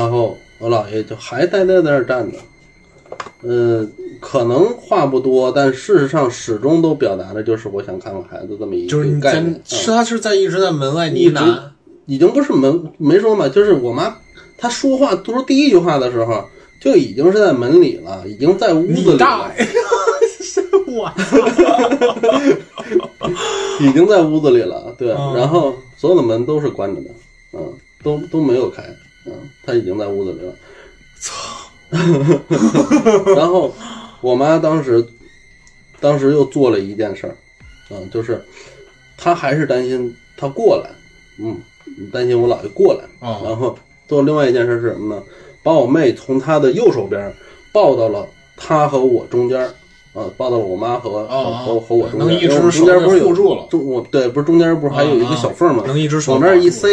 Speaker 3: 然后我姥爷就还呆呆在那儿站着，呃，可能话不多，但事实上始终都表达的就是我想看看孩子这么一
Speaker 2: 就是
Speaker 3: 个
Speaker 2: 你
Speaker 3: 概
Speaker 2: 在
Speaker 3: 念，，
Speaker 2: 是
Speaker 3: 嗯
Speaker 2: 他是在一直在门外呢
Speaker 3: 一直
Speaker 2: 喃，
Speaker 3: 已经不是门没说嘛，就是我妈她说话说第一句话的时候就已经是在门里了，已经在屋子
Speaker 2: 你
Speaker 3: 里了
Speaker 2: 大，爷！
Speaker 4: [laughs]
Speaker 2: 我
Speaker 3: 已经在屋子里了，对，
Speaker 2: 嗯
Speaker 3: 然后所有的门都是关着的，嗯，都都没有开，嗯，她已经在屋子里了， [laughs] 操！然后我妈当时，当时又做了一件事儿，嗯，就是她还是担心她过来，嗯，担心我姥爷过来，
Speaker 2: 哦
Speaker 3: [laughs] 然后做另外一件事是什么呢？把我妹从她的右手边儿抱到了她和我中间儿，啊，抱到了我妈和和和
Speaker 2: 哦
Speaker 3: 和我中间儿，
Speaker 2: 能一
Speaker 3: 因为我
Speaker 2: 只
Speaker 3: 们
Speaker 2: 手
Speaker 3: 中间不是
Speaker 2: 给
Speaker 3: 有
Speaker 2: 护住了，啊
Speaker 3: 中我对，不是中间不是哦还有一个小缝吗？
Speaker 2: 能一只手
Speaker 3: 往那儿一塞，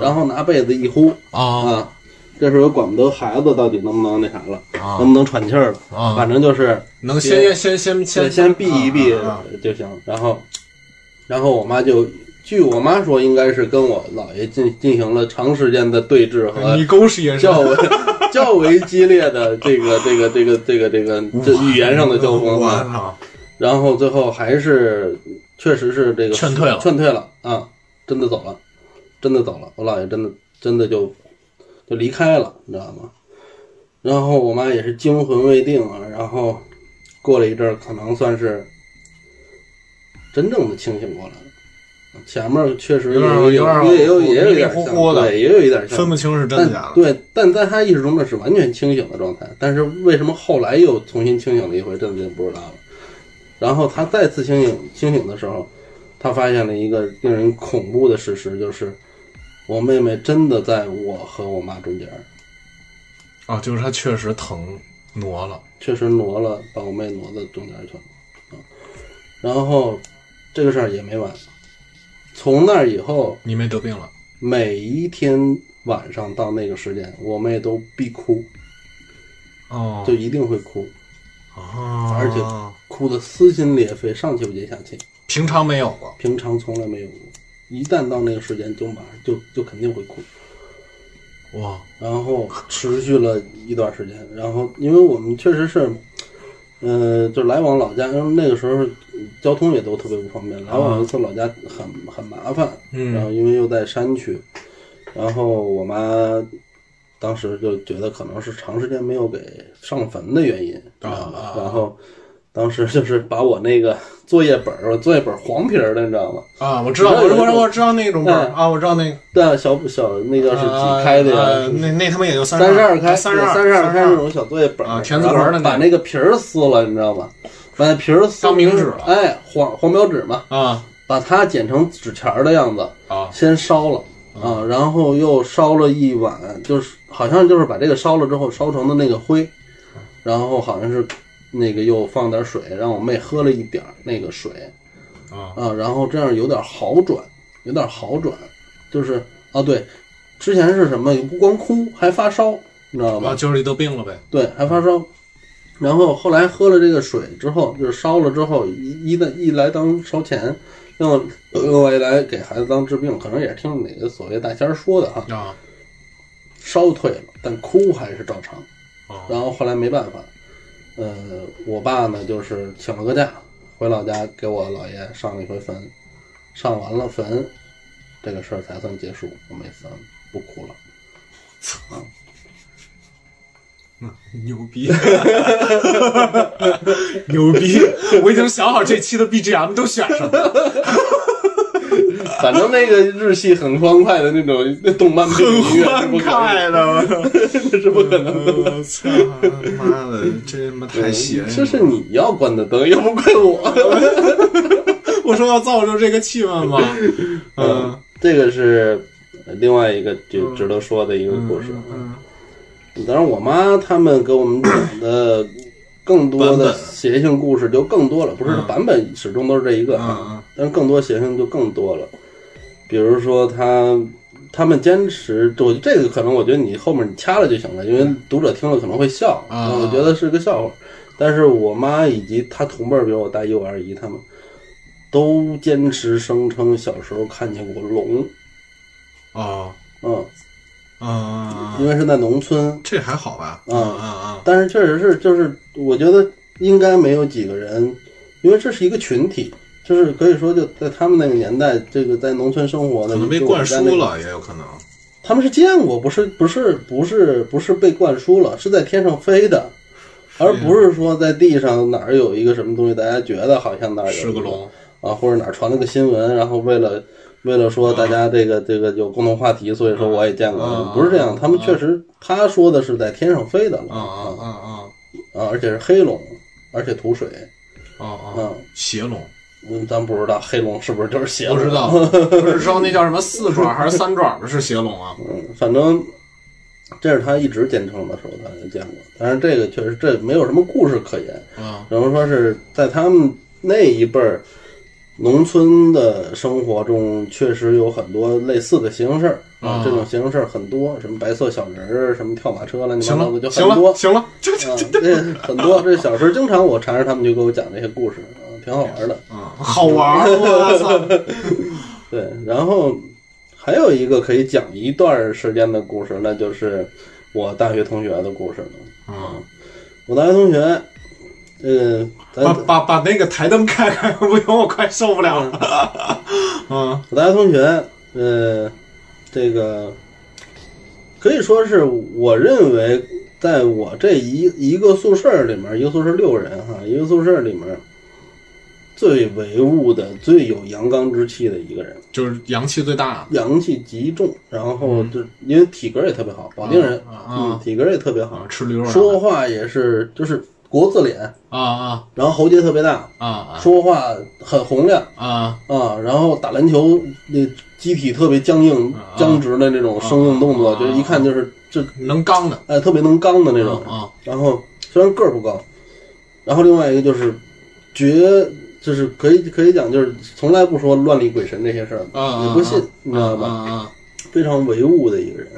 Speaker 3: 然后拿被子一呼
Speaker 2: 啊
Speaker 3: 啊，这时候管不得孩子到底能不能那啥了，
Speaker 2: 啊
Speaker 3: 能不能喘气儿了，
Speaker 2: 啊
Speaker 3: 反正就是
Speaker 2: 能先先先
Speaker 3: 先
Speaker 2: 先
Speaker 3: 先避一避
Speaker 2: 啊
Speaker 3: 就行。然后，然后我妈就，据我妈说，应该是跟我姥爷进进行了长时间的对峙和
Speaker 2: 你狗屎也是
Speaker 3: 较为较为激烈的这个这个这个这个这个这语言上的
Speaker 2: [laughs]
Speaker 3: 交锋
Speaker 4: 我
Speaker 3: 啊，
Speaker 4: 操！
Speaker 3: 然后最后还是确实是这个
Speaker 2: 劝退了
Speaker 3: 劝退了啊，真的走了，真的走了，我姥爷真的真的就就离开了，你知道吗？然后我妈也是惊魂未定啊，然后过了一阵儿，可能算是真正的清醒过来了。前面确实
Speaker 2: 有点
Speaker 3: 也
Speaker 2: 有点
Speaker 3: 也有也有
Speaker 2: 迷迷
Speaker 3: 一点
Speaker 2: 糊
Speaker 3: 像
Speaker 2: 糊的
Speaker 3: 对，也有一点像
Speaker 2: 分不清是真的
Speaker 3: 但
Speaker 2: 假的。
Speaker 3: 对，但在他意识中呢是完全清醒的状态，但是为什么后来又重新清醒了一回，这就不知道了。然后他再次清醒清醒的时候，他发现了一个令人恐怖的事实，就是我妹妹真的在我和我妈中间儿，
Speaker 2: 哦，就是他确实疼挪了，
Speaker 3: 确实挪了，把我妹挪到中间去了。啊，然后这个事儿也没完，从那以后，
Speaker 2: 你没得病了。
Speaker 3: 每一天晚上到那个时间，我妹都必哭，
Speaker 2: 哦
Speaker 3: 就一定会哭。
Speaker 2: 哦，
Speaker 3: 而且哭得撕心裂肺，上气不接下气，
Speaker 2: 平常没有过。
Speaker 3: 平常从来没有过。一旦到那个时间，就马上就就肯定会哭。哇！然后持续了一段时间，然后因为我们确实是，呃，就来往老家，然后那个时候交通也都特别不方便，来往一次老家很很麻烦。
Speaker 2: 嗯
Speaker 3: 然后因为又在山区，然后我妈当时就觉得可能是长时间没有给上坟的原因，知道
Speaker 2: 啊
Speaker 3: 吧？然后当时就是把我那个作业本儿，我作业本儿黄皮儿的，你知道吗？
Speaker 2: 啊，我知道，我我我知道那种本儿
Speaker 3: 嗯
Speaker 2: 啊，我知道那个
Speaker 3: 但小小那叫是
Speaker 2: 啊
Speaker 3: 几开的呀？
Speaker 2: 呃
Speaker 3: 是不是
Speaker 2: 那那他妈也就三
Speaker 3: 三十二
Speaker 2: 二
Speaker 3: 开，
Speaker 2: 三十二，
Speaker 3: 三
Speaker 2: 十
Speaker 3: 二开那
Speaker 2: 二，
Speaker 3: 种小作业本儿
Speaker 2: 啊田字格儿的那
Speaker 3: 然
Speaker 2: 种
Speaker 3: 后把那个皮儿撕了，你知道吗？把那皮儿撕
Speaker 2: 当冥纸了
Speaker 3: 哎，黄黄标纸嘛，
Speaker 2: 啊
Speaker 3: 把它剪成纸钱儿的样子，
Speaker 2: 啊
Speaker 3: 先烧了啊，然后又烧了一晚，就是好像就是把这个烧了之后烧成的那个灰，然后好像是那个又放点水，让我妹喝了一点儿那个水，
Speaker 2: 啊
Speaker 3: 啊，然后这样有点好转，有点好转，就是啊，对，之前是什么不光哭还发烧，你知道
Speaker 2: 啊，
Speaker 3: 吗？
Speaker 2: 就是得病了呗，
Speaker 3: 对，还发烧。然后后来喝了这个水之后，就是烧了之后，一一的一来当烧钱，另外另外一来给孩子当治病，可能也是听哪个所谓大仙儿说的哈，
Speaker 2: 啊
Speaker 3: 烧退了，但哭还是照常。
Speaker 2: 啊
Speaker 3: 然后后来没办法，呃，我爸呢就是请了个假，回老家给我姥爷上了一回坟，上完了坟，这个事儿才算结束，我妹子不哭了。
Speaker 2: 牛逼，牛逼！我已经想好这期的 BGM 都选什么了，
Speaker 3: 反正那个日系很欢快的那种那动漫配音乐是
Speaker 2: 很
Speaker 3: 不可
Speaker 2: 快
Speaker 3: 能，
Speaker 2: 的，我操
Speaker 3: 是不可能的。
Speaker 2: 我操！
Speaker 4: 妈的，这他妈太邪了！
Speaker 3: 嗯这是你要关的灯，又不怪我。
Speaker 2: [laughs] 我说要造就这个气氛嘛，嗯，
Speaker 3: 这个是另外一个就值得说的一个故事。
Speaker 2: 嗯
Speaker 3: 当然，我妈他们给我们讲的更多
Speaker 2: 版
Speaker 3: 的
Speaker 2: 本
Speaker 3: 邪性故事就更多了，不是
Speaker 2: 嗯
Speaker 3: 版本始终都是这一个
Speaker 2: 嗯嗯
Speaker 3: 啊，但是更多邪性就更多了。比如说他他们坚持，我这个可能我觉得你后面你掐了就行了，因为读者听了可能会笑，
Speaker 2: 啊
Speaker 3: 我觉得是个笑话。但是我妈以及她同辈儿，比如我大姨、我二姨他们，都坚持声称小时候看见过龙，
Speaker 2: 哦
Speaker 3: 嗯，
Speaker 2: 啊，
Speaker 3: 因为是在农村，
Speaker 4: 这还好吧？
Speaker 2: 啊
Speaker 3: 嗯，
Speaker 2: 啊
Speaker 3: 但是确实是，就是我觉得应该没有几个人，因为这是一个群体，就是可以说就在他们那个年代，这个在农村生活的
Speaker 4: 可能被
Speaker 3: 就我
Speaker 4: 灌
Speaker 3: 们家
Speaker 4: 输
Speaker 3: 那个，
Speaker 4: 了，也有可能。
Speaker 3: 他们是见过，不是不是不是不是被灌输了，是在天上飞的，而不是说在地上哪儿有一个什么东西，大家觉得好像哪儿有
Speaker 2: 是
Speaker 3: 一
Speaker 2: 个龙，
Speaker 3: 啊，或者哪儿传了个新闻，然后为了为了说大家这个这个有共同话题，所以说我也见过
Speaker 2: 啊，
Speaker 3: 不是这样，他们确实他说的是在天上飞的了
Speaker 2: 啊啊啊啊
Speaker 3: 啊，而且是黑龙，而且吐水。
Speaker 2: 啊啊，
Speaker 3: 嗯，
Speaker 2: 邪龙。
Speaker 3: 嗯咱不知道黑龙是不是就是邪
Speaker 2: 不
Speaker 3: 龙，
Speaker 2: 知
Speaker 3: [laughs]
Speaker 2: 道，不是知道那叫什么四爪还是三爪的是邪龙啊？
Speaker 3: 嗯，反正这是他一直坚称的时候，他就见过。但是这个确实这没有什么故事可言，
Speaker 2: 啊
Speaker 3: 然后说是在他们那一辈儿农村的生活中，确实有很多类似的形式儿
Speaker 2: 啊
Speaker 3: 这种形式儿很多，什么白色小人儿，什么跳马车乱七
Speaker 2: 行
Speaker 3: 八糟的
Speaker 2: 了，
Speaker 3: 就
Speaker 2: 行
Speaker 3: 很
Speaker 2: [laughs]
Speaker 3: 多
Speaker 2: 了，。行了，这
Speaker 3: 啊，这很多，这小时候经常我缠着他们就给我讲这些故事，啊，挺好玩的。
Speaker 2: 好玩儿，我操！
Speaker 3: [laughs] 对，然后还有一个可以讲一段时间的故事，那就是我大学同学的故事了。
Speaker 2: 嗯，
Speaker 3: 我大学同学，嗯，咱
Speaker 2: 把把把那个台灯开开，不行，我快受不了了。嗯
Speaker 3: 我大学同学，呃，这个可以说是我认为，在我这一一个宿舍里面，一个宿舍六人哈，一个宿舍里面最唯物的、最有阳刚之气的一个人。
Speaker 2: 就是阳气最大，
Speaker 3: 阳气极重，然后就因为体格也特别好，保定人，
Speaker 2: 嗯啊啊
Speaker 3: 嗯，体格也特别
Speaker 2: 啊
Speaker 3: 好，，
Speaker 2: 吃驴肉的
Speaker 3: 说话也是就是国字脸，
Speaker 2: 啊啊
Speaker 3: 然后喉结特别大，
Speaker 2: 啊啊
Speaker 3: 说话很洪亮
Speaker 2: 啊
Speaker 3: 啊，然后打篮球那机体特别僵硬
Speaker 2: 啊
Speaker 3: 僵直的那种生硬动作，
Speaker 2: 啊
Speaker 3: 就是一看就是就
Speaker 2: 能刚的
Speaker 3: 哎特别能刚的那种，
Speaker 2: 啊
Speaker 3: 然后虽然个儿不高，然后另外一个就是绝。就是可以可以讲，就是从来不说乱理鬼神这些事儿，
Speaker 2: 啊啊
Speaker 3: 也不信
Speaker 2: 啊，
Speaker 3: 你知道吧？
Speaker 2: 啊
Speaker 3: 非常唯物的一个人，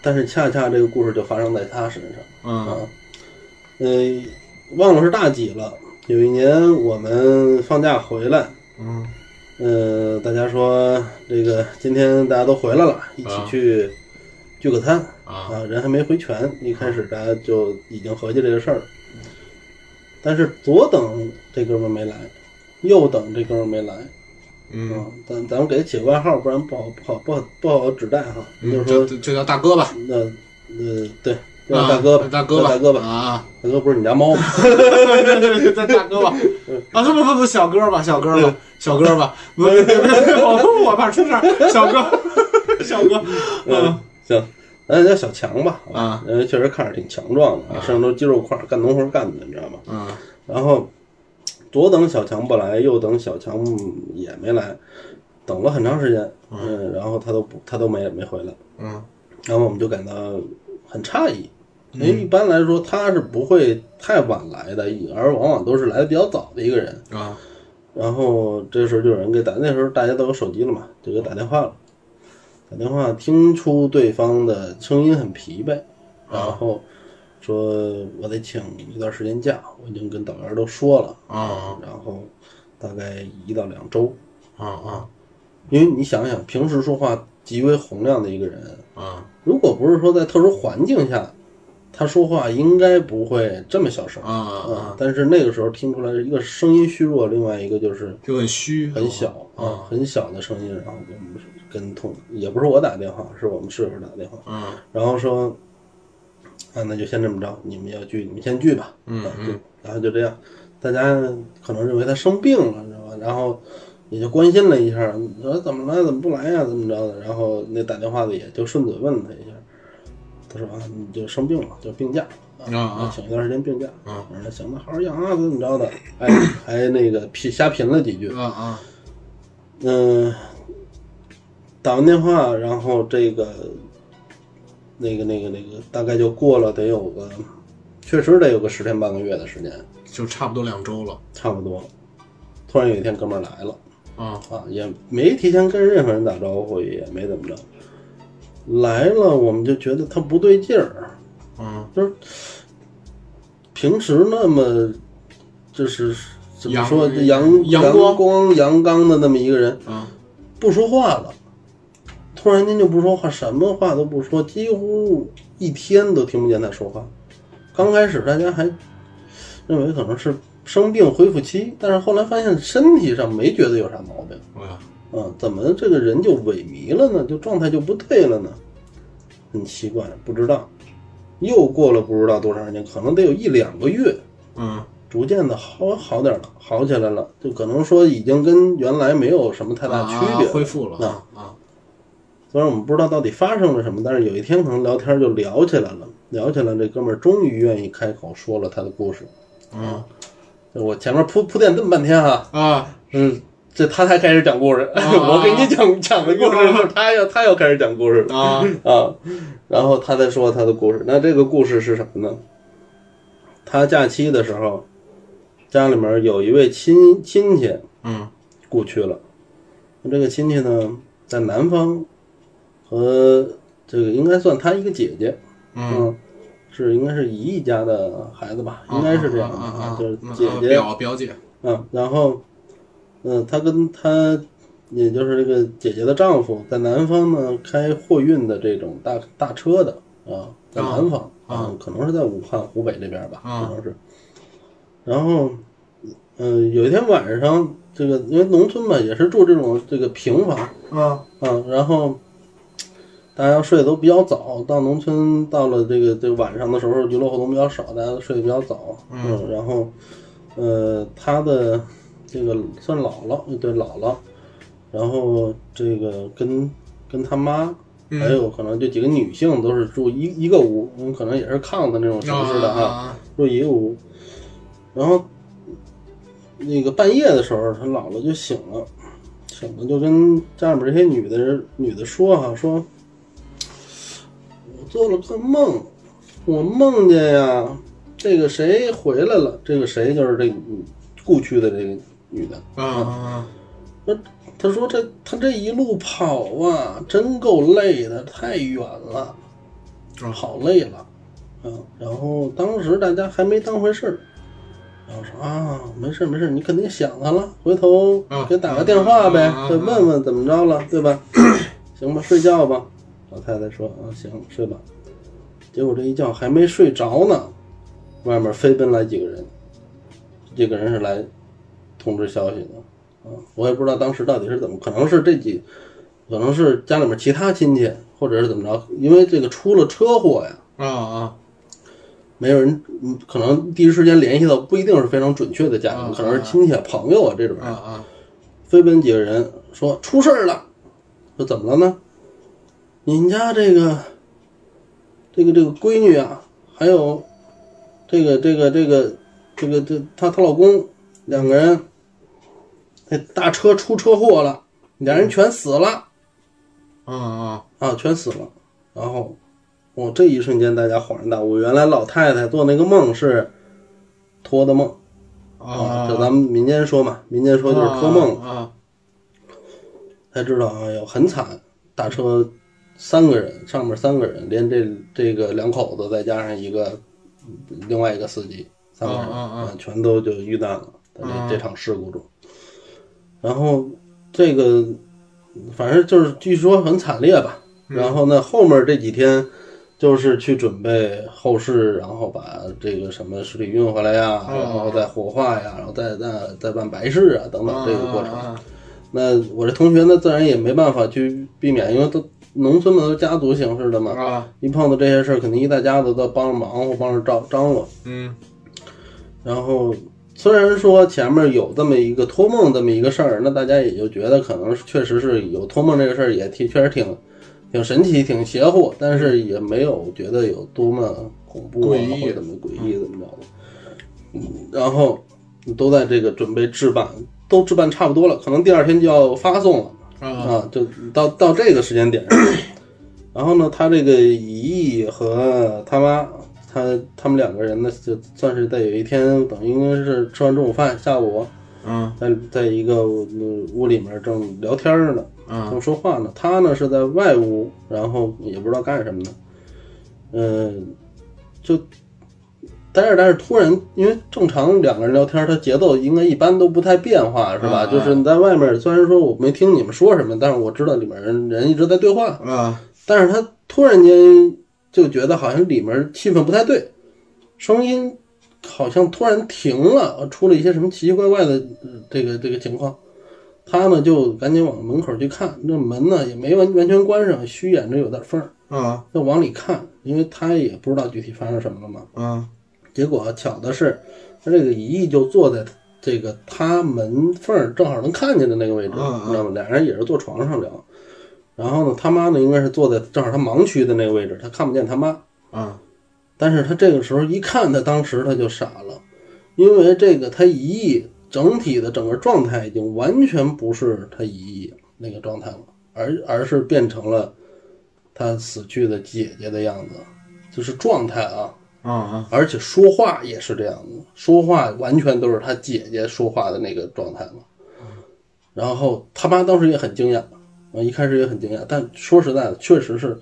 Speaker 3: 但是恰恰这个故事就发生在他身上
Speaker 2: 啊啊
Speaker 3: 啊。呃，忘了是大几了。有一年我们放假回来，
Speaker 2: 嗯
Speaker 3: 呃，大家说这个今天大家都回来了，一起去聚个餐
Speaker 2: 啊
Speaker 3: 啊，人还没回全，一开始大家就已经合计这个事儿了。但是左等这哥们儿没来，右等这哥们儿没来，
Speaker 4: 嗯，
Speaker 3: 啊，咱咱们给他起个外号，不然不好不好不好不好指代哈。就是
Speaker 2: 嗯就
Speaker 3: 说，
Speaker 2: 就叫大哥吧，
Speaker 3: 那呃，对，叫
Speaker 2: 啊
Speaker 3: 大哥吧，
Speaker 2: 大哥吧，
Speaker 3: 叫大哥吧，
Speaker 2: 啊， [laughs]
Speaker 3: 大哥不是你家猫吗？
Speaker 2: 大大哥吧，啊，不不不，小哥吧，小哥
Speaker 3: 嗯
Speaker 2: 吧，小哥吧，
Speaker 3: [laughs]
Speaker 2: 不不不，我我怕出事儿，小哥， [laughs] 小哥，嗯
Speaker 3: 嗯，行，咱就叫小强吧，
Speaker 2: 啊，
Speaker 3: 因为确实看着挺强壮的，身上都肌肉块儿，干农活儿干的，你知道吗？
Speaker 2: 嗯
Speaker 3: 然后左等小强不来，右等小强也没来，等了很长时间，
Speaker 2: 啊
Speaker 3: 嗯，然后他都不他都没没回来，
Speaker 2: 嗯
Speaker 3: 然后我们就感到很诧异，因为一般来说他是不会太晚来的，而往往都是来的比较早的一个人。
Speaker 2: 啊
Speaker 3: 然后这时候就有人给打，那时候大家都有手机了嘛，就给打电话了。打电话听出对方的声音很疲惫，然后说我得请一段时间假，我已经跟导员都说了，
Speaker 2: 啊
Speaker 3: 然后大概一到两周。
Speaker 2: 啊啊
Speaker 3: 因为你想想，平时说话极为洪亮的一个人，
Speaker 2: 啊
Speaker 3: 如果不是说在特殊环境下，他说话应该不会这么小声
Speaker 2: 啊啊，
Speaker 3: 但是那个时候听出来，一个声音虚弱，另外一个就是
Speaker 2: 就很虚，
Speaker 3: 很小啊，
Speaker 2: 嗯
Speaker 3: 很小的声音，然后跟我们跟同也不是我打电话，是我们室友打电话，
Speaker 2: 嗯
Speaker 3: 然后说啊，那就先这么着，你们要聚你们先聚吧，
Speaker 2: 嗯
Speaker 3: 啊
Speaker 2: 嗯
Speaker 3: 就然后就这样，大家可能认为他生病了，你知道吧？然后也就关心了一下，你说怎么了？怎么不来呀、怎么着的？然后那打电话的也就顺嘴问了他一下，他说啊，你就生病了，就病假。
Speaker 2: 啊啊
Speaker 3: 请一段时间病假，
Speaker 2: 啊
Speaker 3: 我说行吧，好好养啊，怎么着的，哎，还那个贫瞎贫了几句，
Speaker 2: 啊啊
Speaker 3: 嗯，打完电话，然后这个，那个、那个、那个，大概就过了得有个，确实得有个十天半个月的时间，
Speaker 2: 就差不多两周了
Speaker 3: 差不多。突然有一天，哥们儿来了
Speaker 2: 啊
Speaker 3: 啊，也没提前跟任何人打招呼，也没怎么着。来了，我们就觉得他不对劲儿，
Speaker 2: 嗯，
Speaker 3: 就是平时那么，就是怎么
Speaker 2: 阳
Speaker 3: 说阳
Speaker 2: 阳光
Speaker 3: 光光阳刚的那么一个人，
Speaker 2: 啊
Speaker 3: 不说话了，突然间就不说话，什么话都不说，几乎一天都听不见他说话。刚开始大家还认为可能是生病恢复期，但是后来发现身体上没觉得有啥毛病，
Speaker 2: 我
Speaker 3: 啊，怎么这个人就萎靡了呢？就状态就不对了呢？很奇怪，不知道。又过了不知道多长时间，可能得有一两个月，
Speaker 2: 嗯
Speaker 3: 逐渐的好好点了，好起来了，就可能说已经跟原来没有什么太大区别嗯了
Speaker 2: 恢复了啊
Speaker 3: 虽然我们不知道到底发生了什么，但是有一天可能聊天就聊起来了，聊起来这哥们儿终于愿意开口说了他的故事。
Speaker 2: 嗯
Speaker 3: 就我前面铺铺垫这么半天啊，
Speaker 2: 啊。
Speaker 3: 是这他才开始讲故事，我给你讲讲的故事是他要他要开始讲故事了
Speaker 2: 啊
Speaker 3: 啊，然后他再说他的故事。那这个故事是什么呢？他假期的时候，家里面有一位亲亲戚，
Speaker 2: 嗯
Speaker 3: 故去了。那这个亲戚呢，在南方和这个应该算他一个姐姐，
Speaker 2: 嗯，
Speaker 3: 是应该是姨姨家的孩子吧，应该是这样的，
Speaker 2: 啊啊啊，
Speaker 3: 就是姐姐，
Speaker 2: 表表姐
Speaker 3: 嗯，然后，嗯、她跟她，也就是这个姐姐的丈夫，在南方呢开货运的这种大大车的啊，在南方嗯
Speaker 2: 啊
Speaker 3: 可能是在武汉、湖北这边吧，
Speaker 2: 啊
Speaker 3: 可能是。然后，嗯、有一天晚上，这个因为农村嘛，也是住这种这个平房，
Speaker 2: 啊
Speaker 3: 嗯，然后大家睡得都比较早，到农村到了这个这个晚上的时候，娱乐活动比较少，大家都睡得比较早。嗯，然后呃，他的这个算姥姥，对姥姥，然后这个跟跟他妈。
Speaker 2: 嗯
Speaker 3: 还有可能就几个女性都是住一一个屋，嗯可能也是炕的那种城市的哈，
Speaker 2: 啊
Speaker 3: 住一个屋，然后那个半夜的时候，他姥姥就醒了，醒了就跟家里面这些女的人女的说哈、说我做了个梦，我梦见呀，这个谁回来了，这个谁就是这个故去的这个女的，
Speaker 2: 啊
Speaker 3: 嗯
Speaker 2: 啊
Speaker 3: 那他说这他这一路跑啊，真够累的，太远了，
Speaker 2: 啊
Speaker 3: 好累了，嗯，然后当时大家还没当回事儿，然后说啊，没事儿没事儿，你肯定想他了，回头
Speaker 2: 啊
Speaker 3: 给打个电话呗
Speaker 2: 啊啊啊，
Speaker 3: [clears throat] 再问问怎么着了，对吧？行吧，睡觉吧，啊，老太太说：“啊，行，睡吧。”结果这一觉还没睡着呢，外面飞奔来几个人，这个人是来通知消息的啊，我也不知道当时到底是怎么，可能是这几，可能是家里面其他亲戚，或者是怎么着，因为这个出了车祸呀，
Speaker 2: 啊啊，
Speaker 3: 没有人，嗯可能第一时间联系到不一定是非常准确的家人，
Speaker 2: 啊
Speaker 3: 可能是亲戚啊、朋友啊这种人
Speaker 2: 啊，啊！
Speaker 3: 飞奔几个人说出事儿了，说怎么了呢？你们家这个这个这个闺女啊，还有这个这个这个这个这她她老公两个人，那大车出车祸了，俩人全死了
Speaker 2: 啊啊！
Speaker 3: 啊，全死了。然后我这一瞬间大家恍然大悟，原来老太太做那个梦是托的梦
Speaker 2: 啊！
Speaker 3: 就咱们民间说嘛，民间说就是托梦。
Speaker 2: 啊
Speaker 3: 才知道，哎呦，很惨！大车三个人，上面三个人，连这这个两口子，再加上一个嗯另外一个司机，三个人
Speaker 2: 啊啊啊
Speaker 3: 全都就遇难了，在这、
Speaker 2: 啊
Speaker 3: 这场事故中。然后这个，反正就是据说很惨烈吧。然后呢，后面这几天就是去准备后事，然后把这个什么尸体运回来呀，
Speaker 2: 啊
Speaker 3: 然后再火化呀，然后再再再办白事啊，等等
Speaker 2: 啊！
Speaker 3: 这个过程。那我这同学呢，自然也没办法去避免，因为都农村嘛，都是家族形式的嘛，
Speaker 2: 啊，
Speaker 3: 一碰到这些事儿，肯定一大家子都帮着忙或帮着张张罗。
Speaker 2: 嗯
Speaker 3: 然后虽然说前面有这么一个托梦这么一个事儿，那大家也就觉得可能是确实是有托梦这个事儿，也挺确实挺挺神奇、挺邪乎，但是也没有觉得有多么恐怖啊
Speaker 2: 诡异
Speaker 3: 或者怎么诡异怎么着的。嗯然后都在这个准备置办，都置办差不多了，可能第二天就要发送了。
Speaker 2: 啊
Speaker 3: 啊，就到到这个时间点 [clears throat] 上，然后呢，他这个姨姨和他妈，他他们两个人呢，就算是在有一天，等于应该是吃完中午饭，下午
Speaker 2: 嗯
Speaker 3: 在在一个屋呃屋里面正聊天呢，
Speaker 2: 嗯
Speaker 3: 正说话呢。他呢是在外屋，然后也不知道干什么呢，嗯、就待着待着，突然因为正常两个人聊天，他节奏应该一般都不太变化，是吧？
Speaker 2: 啊
Speaker 3: 就是你在外面，虽然说我没听你们说什么，但是我知道里面人人一直在对话，
Speaker 2: 啊
Speaker 3: 但是他突然间就觉得好像里面气氛不太对，声音好像突然停了，出了一些什么奇奇怪怪的呃这个这个情况。他呢就赶紧往门口去看，那门呢也没完完全关上，虚掩着有点缝儿，
Speaker 2: 啊
Speaker 3: 就往里看，因为他也不知道具体发生什么了嘛。
Speaker 2: 啊
Speaker 3: 结果巧的是，他这个一亿就坐在这个他门缝儿正好能看见的那个位置，
Speaker 2: 嗯嗯
Speaker 3: 你知道吗？俩人也是坐床上聊。然后呢，他妈呢应该是坐在正好他盲区的那个位置，他看不见他妈。
Speaker 2: 啊
Speaker 3: 但是他这个时候一看，他当时他就傻了，因为这个他一亿整体的整个状态已经完全不是他一亿那个状态了，而而是变成了他死去的姐姐的样子，就是状态啊。
Speaker 2: 啊
Speaker 3: 而且说话也是这样的，说话完全都是他姐姐说话的那个状态了。然后他妈当时也很惊讶，啊，一开始也很惊讶，但说实在的，确实是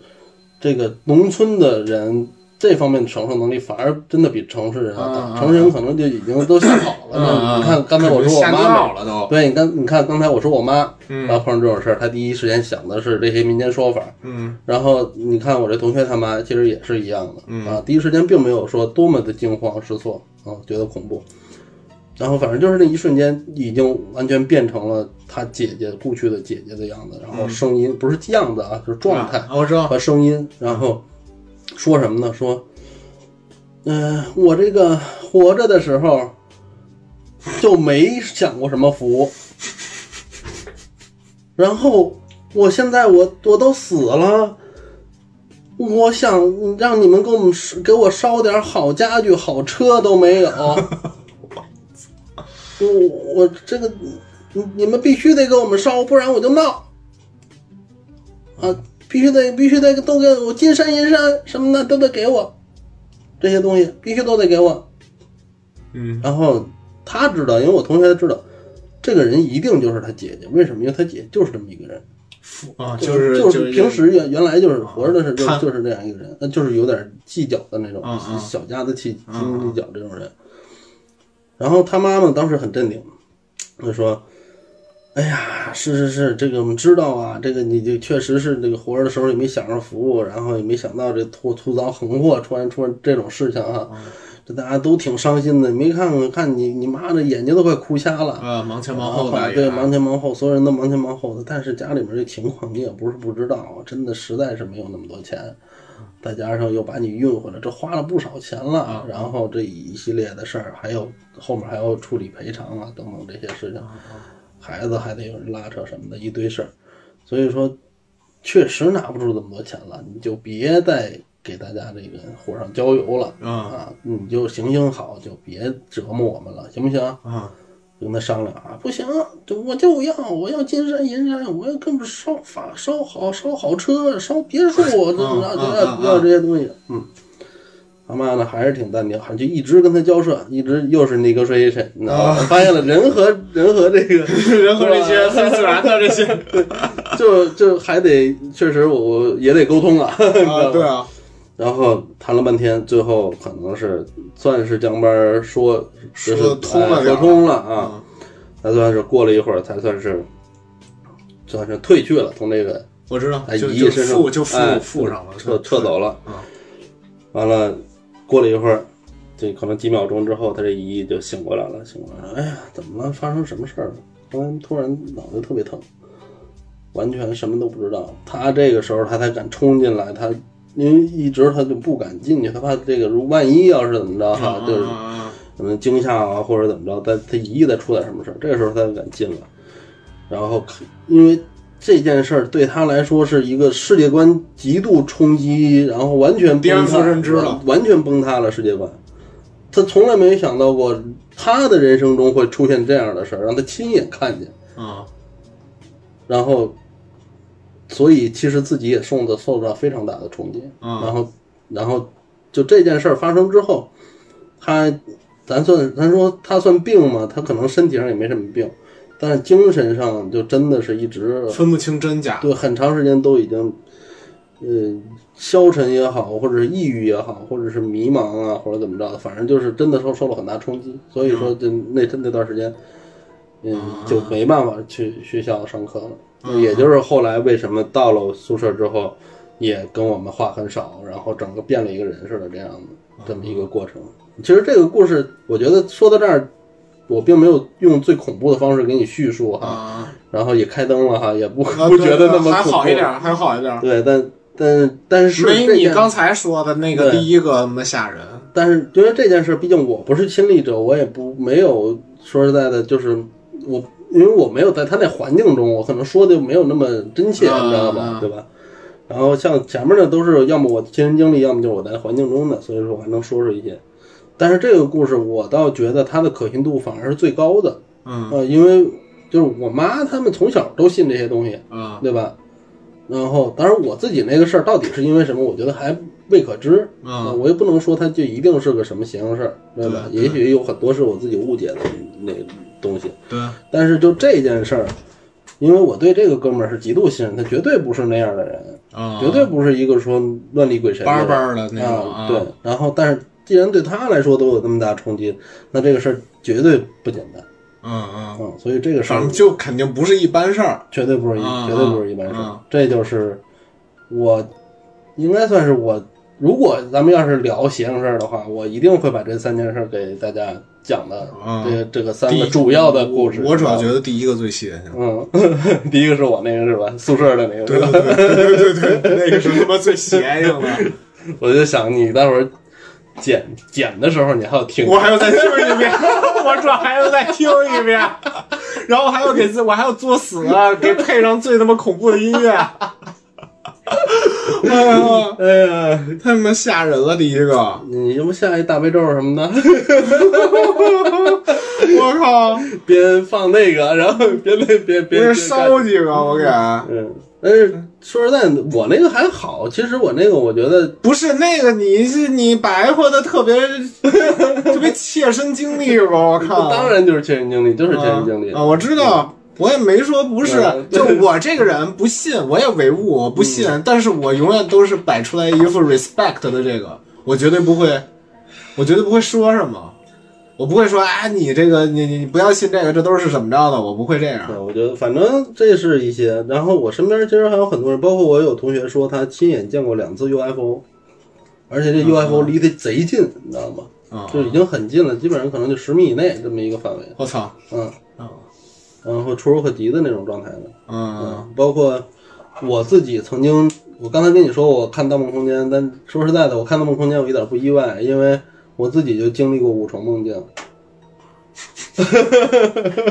Speaker 3: 这个农村的人这方面的承受能力反而真的比城市人要
Speaker 2: 啊啊
Speaker 3: 大，城市人可能就已经都吓跑了。那
Speaker 2: 啊！ [coughs]
Speaker 3: 你看刚才我说我
Speaker 2: 吓
Speaker 3: 妈
Speaker 2: 尿
Speaker 3: 没，
Speaker 2: 了都，
Speaker 3: 对你刚你看刚才我说我妈，
Speaker 2: 嗯
Speaker 3: 然后碰上这种事儿，她第一时间想的是这些民间说法，
Speaker 2: 嗯
Speaker 3: 然后你看我这同学他妈其实也是一样的、
Speaker 2: 嗯
Speaker 3: 啊，第一时间并没有说多么的惊慌失措啊，觉得恐怖。然后反正就是那一瞬间，已经完全变成了他姐姐故去的姐姐的样子，然后声音、不是样子啊，就是状态
Speaker 2: 嗯啊我知道
Speaker 3: 和声音，然后说什么呢？说，嗯、我这个活着的时候就没享过什么福，然后我现在我我都死了，我想让你们给我们给我烧点好家具、好车都没有。我我这个，你你们必须得给我们烧，不然我就闹。啊，必须得必须得都给我金山银山什么的都得给我，这些东西必须都得给我。
Speaker 2: 嗯
Speaker 3: 然后他知道，因为我同学知道，这个人一定就是他姐姐。为什么？因为他姐就是这么一个人。
Speaker 2: 啊，
Speaker 3: 是
Speaker 2: 是
Speaker 3: 就
Speaker 2: 就是
Speaker 3: 平时原原来就是活着的时候
Speaker 2: 贪
Speaker 3: 就就是这样一个人，呃就是有点计较的那种
Speaker 2: 嗯嗯
Speaker 3: 小家子气、
Speaker 2: 嗯
Speaker 3: 斤
Speaker 2: 嗯
Speaker 3: 斤计较这种人。然后他妈妈当时很镇定，就说：“哎呀，是是是，这个我们知道啊，这个你就确实是这个活着的时候也没享受服务，然后也没想到这吐吐槽横祸，突然出现这种事情啊，
Speaker 2: 嗯
Speaker 3: 这大家都挺伤心的。没看看看你你妈的眼睛都快哭瞎
Speaker 2: 嗯
Speaker 3: 了。
Speaker 4: 啊，忙前
Speaker 3: 然
Speaker 4: 忙
Speaker 3: 后
Speaker 4: 后的也，
Speaker 3: 对，
Speaker 2: 啊
Speaker 3: 忙前忙后，所有人都忙前忙后的。但是家里面这情况你也不是不知道，真的实在是没有那么多钱，再加上又把你运回来，这花了不少钱了。然后这一系列的事儿，还有后面还要处理赔偿啊等等这些事情，孩子还得有人拉扯什么的一堆事儿，所以说确实拿不出这么多钱了，你就别再给大家这个火上浇油了。
Speaker 4: 啊
Speaker 3: 啊，你就行行好，就别折磨我们了，行不行？
Speaker 4: 啊，
Speaker 3: 跟他商量啊，不行，就我就要，我要金山银山，我要跟烧法烧好烧好车烧别
Speaker 4: [laughs]
Speaker 3: 墅，这
Speaker 4: 嗯嗯
Speaker 3: 要要
Speaker 4: 嗯
Speaker 3: 要这些东西。嗯，他妈的还是挺淡定，还就一直跟他交涉，一直又是那个谁谁，你知道吧？我发现了人和
Speaker 4: [laughs]
Speaker 3: 人和这个
Speaker 2: [laughs] 人和这些非自然的这些
Speaker 3: 就就还得确实我我也得沟通啊， [laughs] 你知道
Speaker 4: 啊
Speaker 3: 吧
Speaker 4: 对啊，
Speaker 3: 然后谈了半天，最后可能是算是江班儿说就是
Speaker 4: 说通了点
Speaker 3: 哎说
Speaker 4: 儿
Speaker 3: 通了啊，
Speaker 4: 嗯
Speaker 3: 才算是过了一会儿，才算是算是退去了，从这个
Speaker 4: 我知道
Speaker 3: 哎，
Speaker 4: 就
Speaker 3: 姨
Speaker 4: 就
Speaker 3: 身上
Speaker 4: 附就附
Speaker 3: 哎
Speaker 4: 附上了，
Speaker 3: 撤撤走了。
Speaker 4: 啊
Speaker 3: 完了，过了一会儿，这可能几秒钟之后，他这姨就醒过来了，醒过来了，哎呀，怎么了？发生什么事儿了？突然突然脑袋特别疼，完全什么都不知道。他这个时候他才敢冲进来，他因为一直他就不敢进去，他怕这个如万一要是怎么着哈，就是
Speaker 4: 啊
Speaker 3: 可能惊吓啊，或者怎么着，但他姨再出点什么事儿，这个时候他才敢进来。然后可，因为这件事儿对他来说是一个世界观极度冲击，然后完全
Speaker 4: 颠
Speaker 3: 崩
Speaker 4: 覆
Speaker 3: 塌
Speaker 4: 认知了
Speaker 3: 完全崩塌了世界观。他从来没有想到过他的人生中会出现这样的事儿，让他亲眼看见。
Speaker 4: 啊
Speaker 3: 然后，所以其实自己也受到受到非常大的冲击。
Speaker 4: 嗯
Speaker 3: 然后，然后就这件事儿发生之后，他，咱算咱说他算病吗？他可能身体上也没什么病，但是精神上就真的是一直
Speaker 4: 啊分不清真假，
Speaker 3: 对很长时间都已经，呃，消沉也好，或者是抑郁也好，或者是迷茫啊，或者怎么着，反正就是真的受受了很大冲击。所以说，就那那段时间，嗯，就没办法去学校上课了。也就是后来为什么到了宿舍之后，也跟我们话很少，然后整个变了一个人似的这样的这么一个过程。其实这个故事，我觉得说到这儿，我并没有用最恐怖的方式给你叙述哈。
Speaker 4: 啊，
Speaker 3: 然后也开灯了哈，也不、
Speaker 4: 啊
Speaker 3: [laughs] 不
Speaker 4: 对
Speaker 3: 觉得那么
Speaker 4: 还
Speaker 3: 恐
Speaker 4: 好
Speaker 3: 怖
Speaker 4: 一点儿，还好一点儿，
Speaker 3: 对，但但但是
Speaker 4: 没
Speaker 3: 这
Speaker 4: 你
Speaker 3: 件
Speaker 4: 刚才说的那个
Speaker 3: 对
Speaker 4: 第一个那么吓人。
Speaker 3: 但是因为这件事，毕竟我不是亲历者，我也不没有说实在的，就是我因为我没有在他那环境中，我可能说的没有那么真切，
Speaker 4: 啊
Speaker 3: 你知道
Speaker 4: 啊
Speaker 3: 吧？对吧？然后像前面的都是要么我亲身经历，要么就是我在环境中的，所以说我还能说出一些。但是这个故事，我倒觉得它的可信度反而是最高的，
Speaker 4: 嗯
Speaker 3: 呃，因为就是我妈他们从小都信这些东西，
Speaker 4: 啊
Speaker 3: 对吧？然后，当然我自己那个事儿到底是因为什么，我觉得还未可知。
Speaker 4: 嗯
Speaker 3: 呃我又不能说它就一定是个什么邪性事儿，对吧？
Speaker 4: 对
Speaker 3: 也许有很多是我自己误解的那东西。
Speaker 4: 对
Speaker 3: 但是就这件事儿，因为我对这个哥们儿是极度信任，他绝对不是那样的人，
Speaker 4: 啊，
Speaker 3: 绝对不是一个说乱厉鬼神的
Speaker 4: 巴
Speaker 3: 人
Speaker 4: 巴的那种嗯
Speaker 3: 啊。对，，然后但是既然对他来说都有那么大冲击，那这个事儿绝对不简单
Speaker 4: 嗯嗯，
Speaker 3: 啊、嗯所以这个事
Speaker 4: 反
Speaker 3: 儿
Speaker 4: 正就肯定不是一般事儿。
Speaker 3: 绝对不是一，
Speaker 4: 啊
Speaker 3: 绝对不是一般事。
Speaker 4: 啊啊
Speaker 3: 这就是我应该算是我，如果咱们要是聊邪性事儿的话，我一定会把这三件事儿给大家讲的。
Speaker 4: 啊
Speaker 3: 这这个三
Speaker 4: 第
Speaker 3: 个
Speaker 4: 一
Speaker 3: 主要的故事，
Speaker 4: 我主要觉得第一个最吸引人。
Speaker 3: 嗯， [laughs] 第一个是我那个是吧？宿舍的那个是
Speaker 4: 对
Speaker 3: 吧？
Speaker 4: [laughs] 对对对对对，那个是他妈最邪性的。
Speaker 3: 我就想你待会儿剪剪的时候，你还要听。
Speaker 2: 我还要再听一
Speaker 4: [laughs]
Speaker 2: 遍，我主要还要再听一遍，然后还要给自我还要作死啊，给配上最他妈恐怖的音
Speaker 4: [laughs]
Speaker 2: 乐。
Speaker 4: 哎呀，
Speaker 3: 哎呀，
Speaker 4: 太他妈吓人了！第一个， [laughs]
Speaker 3: 你要不下一大悲咒什么的， [laughs]
Speaker 4: 我靠，
Speaker 3: 边放那个，然后边那边
Speaker 4: 我给
Speaker 3: 边
Speaker 4: 烧几个，我给。
Speaker 3: 嗯，但是说实在，的，我那个还好。其实我那个，我觉得
Speaker 4: 不是那个，你是你白活的特别特别切身经历吧？我
Speaker 2: 啊
Speaker 4: 靠，
Speaker 3: 当然就是亲身经历，就是亲身经历
Speaker 4: 啊啊，我知道。我也没说不是，
Speaker 3: 嗯
Speaker 4: 就我这个人不信，我也唯物，我不信，但是我永远都是摆出来一副 respect 的这个，我绝对不会，我绝对不会说什么，
Speaker 2: 我不会说啊，你这个你你你不要信这个，这都是怎么着的，我不会这样。
Speaker 3: 对，嗯我觉得反正这是一些。然后我身边其实还有很多人，包括我有同学说他亲眼见过两次 UFO，而且这 UFO 离得贼近，你知道吗？
Speaker 2: 啊、
Speaker 3: 就已经很近了，基本上可能就十米以内这么一个范围，
Speaker 2: 我操，
Speaker 3: 嗯，
Speaker 2: 啊
Speaker 3: 然后触手可及的那种状态的，
Speaker 2: 嗯，
Speaker 3: 嗯，包括我自己曾经，我刚才跟你说我看《盗梦空间》，但说实在的，我看《盗梦空间》我一点不意外，因为我自己就经历过五重梦境，
Speaker 2: [laughs]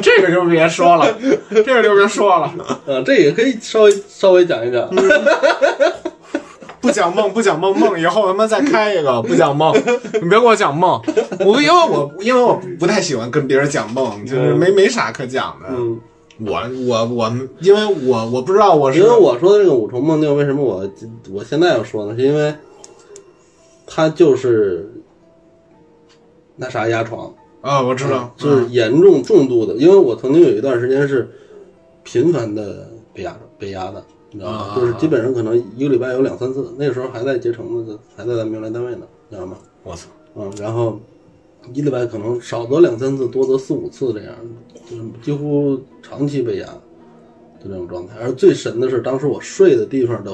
Speaker 2: 这个就别说了，这个就别说了，
Speaker 3: 啊，这也可以稍微稍微讲一讲，
Speaker 2: 不讲梦，不讲梦，梦以后他妈再开
Speaker 3: [laughs]
Speaker 2: 一个，不讲梦，你别给我讲梦，我因为我因为我不太喜欢跟别人讲梦，就是没没啥可讲的。
Speaker 3: 嗯，
Speaker 2: 我我我，因为我我不知道我是
Speaker 3: 因为我说的这个五重梦境，为什么我我现在要说呢？是因为它就是那啥压床，
Speaker 2: 啊、我知道，
Speaker 3: 嗯就是严重重度的，因为我曾经有一段时间是频繁的被压被压的，你知道吗
Speaker 2: 啊？
Speaker 3: 就是基本上可能一个礼拜有两三次，那时候还在结成呢，还在咱们原来单位呢，你知道吗？
Speaker 2: 我操，
Speaker 3: 嗯，然后一礼拜可能少则两三次，多则四五次这样，就是几乎长期被压，就这种状态。而最神的是，当时我睡的地方的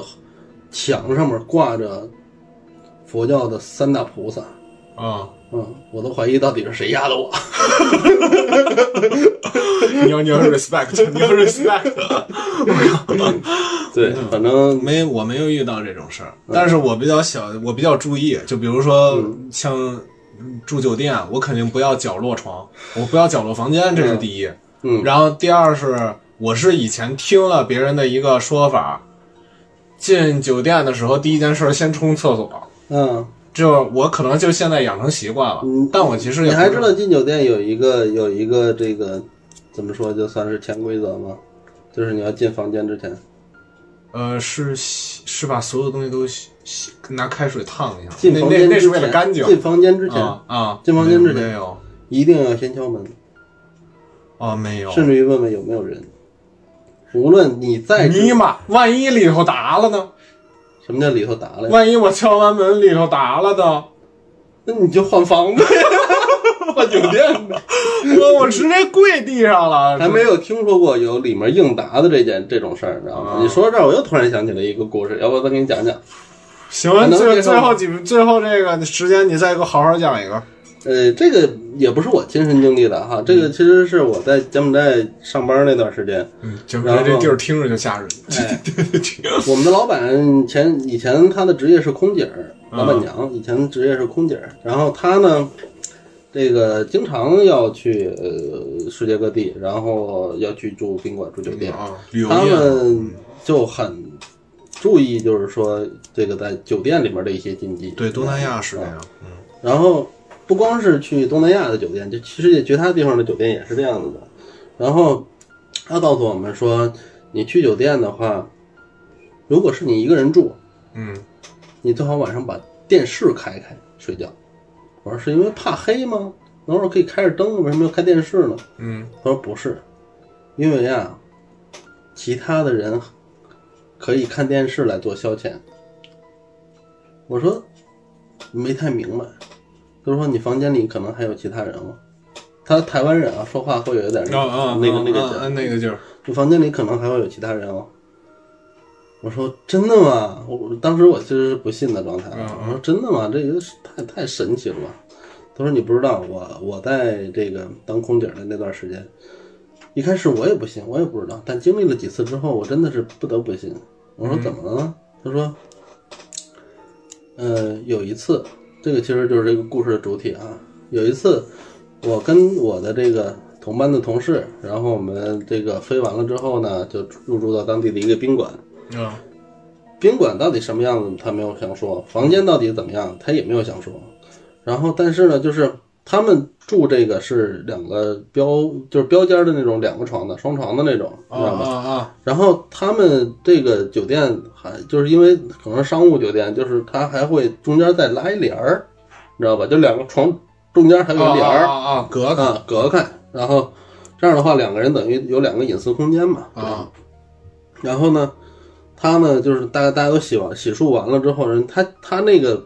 Speaker 3: 墙上面挂着佛教的三大菩萨，
Speaker 2: 啊、
Speaker 3: 嗯，我都怀疑到底是谁压的我。
Speaker 2: 你要你要 respect，你要 respect。
Speaker 3: 对， [laughs] 反正
Speaker 2: 没，我没有遇到这种事儿，
Speaker 3: 嗯
Speaker 2: 但是我比较小，我比较注意。就比如说像嗯住酒店，我肯定不要角落床，我不要角落房间，这是第一。
Speaker 3: 嗯
Speaker 2: 然后第二是，我是以前听了别人的一个说法，进酒店的时候第一件事儿先冲厕所。
Speaker 3: 嗯，
Speaker 2: 就我可能就现在养成习惯了，
Speaker 3: 嗯
Speaker 2: 但我其实也
Speaker 3: 你
Speaker 2: 不
Speaker 3: 还
Speaker 2: 是
Speaker 3: 知道进酒店有一个有一个这个怎么说，就算是潜规则吗？就是你要进房间之前，
Speaker 2: 呃，是洗是把所有东西都洗洗拿开水烫一下，
Speaker 3: 进
Speaker 2: 那
Speaker 3: 房
Speaker 2: 那
Speaker 3: 间
Speaker 2: 那
Speaker 3: 之
Speaker 2: 是为了
Speaker 3: 前，
Speaker 2: 干净。
Speaker 3: 进房间之前
Speaker 2: 啊啊，
Speaker 3: 进房间之前
Speaker 2: 没有
Speaker 3: 一定要先敲门，
Speaker 2: 哦，没有。
Speaker 3: 甚至于问问有没有人。无论你在
Speaker 2: 尼玛，万一里头打了呢？
Speaker 3: 什么叫里头打了呀，
Speaker 2: 万一我敲完门里头打了呢？
Speaker 3: 那你就换房子，
Speaker 2: [laughs]
Speaker 3: 换酒店呗。
Speaker 2: 我我直接跪地上了，
Speaker 3: 还没有听说过有里面硬答的这件这种事儿，你知道吗？
Speaker 2: 啊
Speaker 3: 你说到这儿，我又突然想起来一个故事，要不我再给你讲讲？
Speaker 2: 行
Speaker 3: 还，能
Speaker 2: 最
Speaker 3: 接受吗
Speaker 2: 最后几最后这个时间，你再给我好好讲一个。
Speaker 3: 呃，这个也不是我亲身经历的哈，这个其实是我在柬埔寨上班那段时间，
Speaker 2: 嗯，就
Speaker 3: 然后
Speaker 2: 这地儿听着就吓人。
Speaker 3: 哎， [laughs] 我们的老板前以前他的职业是空姐儿，老板娘以前职业是空姐儿，然后他呢，这个经常要去呃世界各地，然后要去住宾馆、住酒店，
Speaker 2: [laughs] 啊，旅游
Speaker 3: 他
Speaker 2: 业
Speaker 3: 们就很注意，就是说这个在酒店里面的一些禁忌。
Speaker 2: 对东南亚是这样。
Speaker 3: 然后不光是去东南亚的酒店，就世界其他地方的酒店也是这样子的。然后他告诉我们说，你去酒店的话，如果是你一个人住，
Speaker 2: 嗯
Speaker 3: 你最好晚上把电视开开睡觉。我说是因为怕黑吗？等会儿可以开着灯，为什么要开电视呢？
Speaker 2: 嗯
Speaker 3: 他说不是，因为啊，其他的人可以看电视来做消遣。我说没太明白，就是说你房间里可能还有其他人了。他台湾人啊，说话会有一点
Speaker 2: 嗯，
Speaker 3: 那
Speaker 2: 啊啊，
Speaker 3: 那个那
Speaker 2: 啊啊
Speaker 3: 个劲。
Speaker 2: 那个劲儿，
Speaker 3: 你房间里可能还会有其他人哦。我说真的吗？我当时我其实是不信的状态。
Speaker 2: 嗯嗯
Speaker 3: 我说真的吗？这个是太太神奇了吧？他说你不知道，我我在这个当空姐的那段时间，一开始我也不信，我也不知道。但经历了几次之后，我真的是不得不信。我
Speaker 2: 嗯
Speaker 3: 说怎么了呢？他说，呃，有一次，这个其实就是这个故事的主体啊。有一次，我跟我的这个同班的同事，然后我们这个飞完了之后呢，就入住到当地的一个宾馆。
Speaker 2: 嗯
Speaker 3: 宾馆到底什么样子，他没有想说；房间到底怎么样，他也没有想说。然后，但是呢，就是他们住这个是两个标，就是标间的那种两个床的双床的那种，
Speaker 2: 啊
Speaker 3: 知道
Speaker 2: 啊
Speaker 3: 吗？
Speaker 2: 啊，
Speaker 3: 然后他们这个酒店还就是因为可能是商务酒店，就是它还会中间再拉一帘儿，你知道吧？就两个床中间还有个帘儿
Speaker 2: 啊啊啊，格格
Speaker 3: 啊，隔开。然后这样的话，两个人等于有两个隐私空间嘛。
Speaker 2: 啊，
Speaker 3: 然后呢，他呢就是大家大家都洗完洗漱完了之后，人他他那个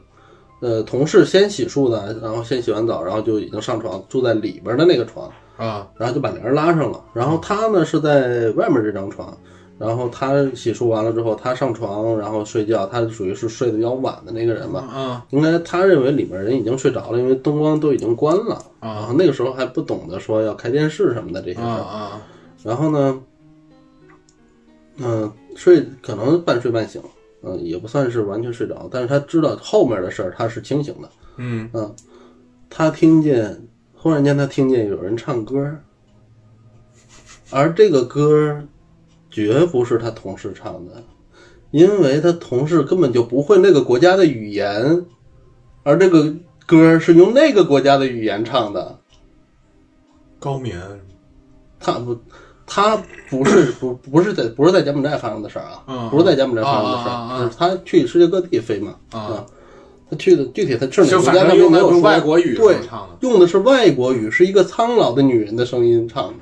Speaker 3: 呃，同事先洗漱的，然后先洗完澡，然后就已经上床，住在里边的那个床，
Speaker 2: 啊，
Speaker 3: 然后就把帘儿拉上了。然后他呢是在外面这张床，然后他洗漱完了之后，他上床，然后睡觉，他属于是睡得比较晚的那个人嘛。
Speaker 2: 啊
Speaker 3: 应该他认为里面人已经睡着了，因为灯光都已经关了。然后
Speaker 2: 啊
Speaker 3: 那个时候还不懂得说要开电视什么的这些
Speaker 2: 啊
Speaker 3: 事儿。
Speaker 2: 啊
Speaker 3: 然后呢，嗯、睡可能半睡半醒，嗯、也不算是完全睡着，但是他知道后面的事儿，他是清醒的。
Speaker 2: 嗯
Speaker 3: 他听见，忽然间他听见有人唱歌，而这个歌绝不是他同事唱的，因为他同事根本就不会那个国家的语言，而这个歌是用那个国家的语言唱的。
Speaker 4: 高棉
Speaker 3: 他不，他不是不不是在不是在柬埔寨发生的事儿啊
Speaker 2: 嗯，
Speaker 3: 不是在柬埔寨发生的事
Speaker 2: 啊啊
Speaker 3: 儿，
Speaker 2: 啊
Speaker 3: 就是他去世界各地飞嘛
Speaker 2: 啊
Speaker 3: 啊。他去的具体他去哪
Speaker 2: 就
Speaker 3: 个国
Speaker 2: 反
Speaker 3: 家，
Speaker 2: 正
Speaker 3: 他
Speaker 2: 用
Speaker 3: 没
Speaker 2: 的
Speaker 3: 有
Speaker 2: 用
Speaker 3: 说。
Speaker 2: 外国语
Speaker 3: 对
Speaker 2: 唱的，
Speaker 3: 用的是外国语，是一个苍老的女人的声音唱的，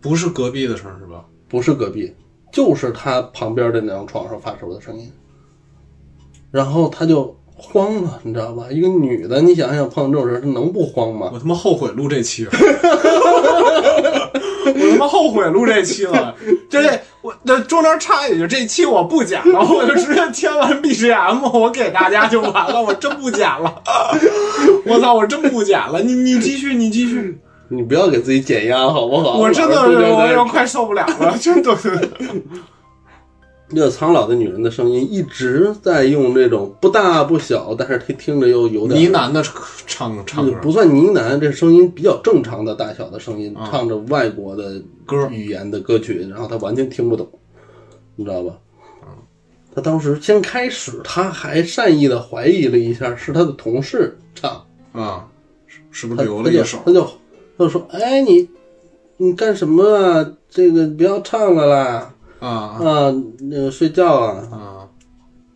Speaker 4: 不是隔壁的城 [laughs] 是吧？
Speaker 3: 不是隔壁，就是他旁边的那张床上发出的声音。然后他就慌了，你知道吧？一个女的，你想想碰到这种事儿，她能不慌吗？
Speaker 4: 我他妈后悔录这 [laughs] 期了，我他妈后悔录这期了。
Speaker 2: 这这我那中间插一句，这期我不剪了，我就直接添完 BGM，我 [laughs] 给大家就完了，我真不剪了。 [laughs] 我操，我真不剪了。你你继续，你继续，
Speaker 3: 你不要给自己减压，好不好？
Speaker 2: 我真的
Speaker 3: 晚上中间
Speaker 2: 我
Speaker 3: 在这
Speaker 2: 要快受不了
Speaker 4: [laughs]
Speaker 2: 了，真的。
Speaker 3: 这个苍老的女人的声音一直在用这种不大不小，但是她听着又有点嗯
Speaker 4: 呢喃的唱唱
Speaker 3: 不
Speaker 4: 歌，
Speaker 3: 算呢喃，这声音比较正常的大小的声
Speaker 4: 啊
Speaker 3: 音，唱着外国的
Speaker 4: 歌
Speaker 3: 语言的歌曲，然后他完全听不懂，你知道吧？
Speaker 4: 啊
Speaker 3: 他当时先开始，他还善意的怀疑了一下，是他的同事唱，
Speaker 4: 啊，是是不
Speaker 3: 他
Speaker 4: 是留了
Speaker 3: 他
Speaker 4: 一
Speaker 3: 就
Speaker 4: 手
Speaker 3: 他就他就说：“哎，你你干什么啊？这个不要唱了啦，
Speaker 4: 啊
Speaker 3: 啊，那个睡觉啊。”
Speaker 4: 啊，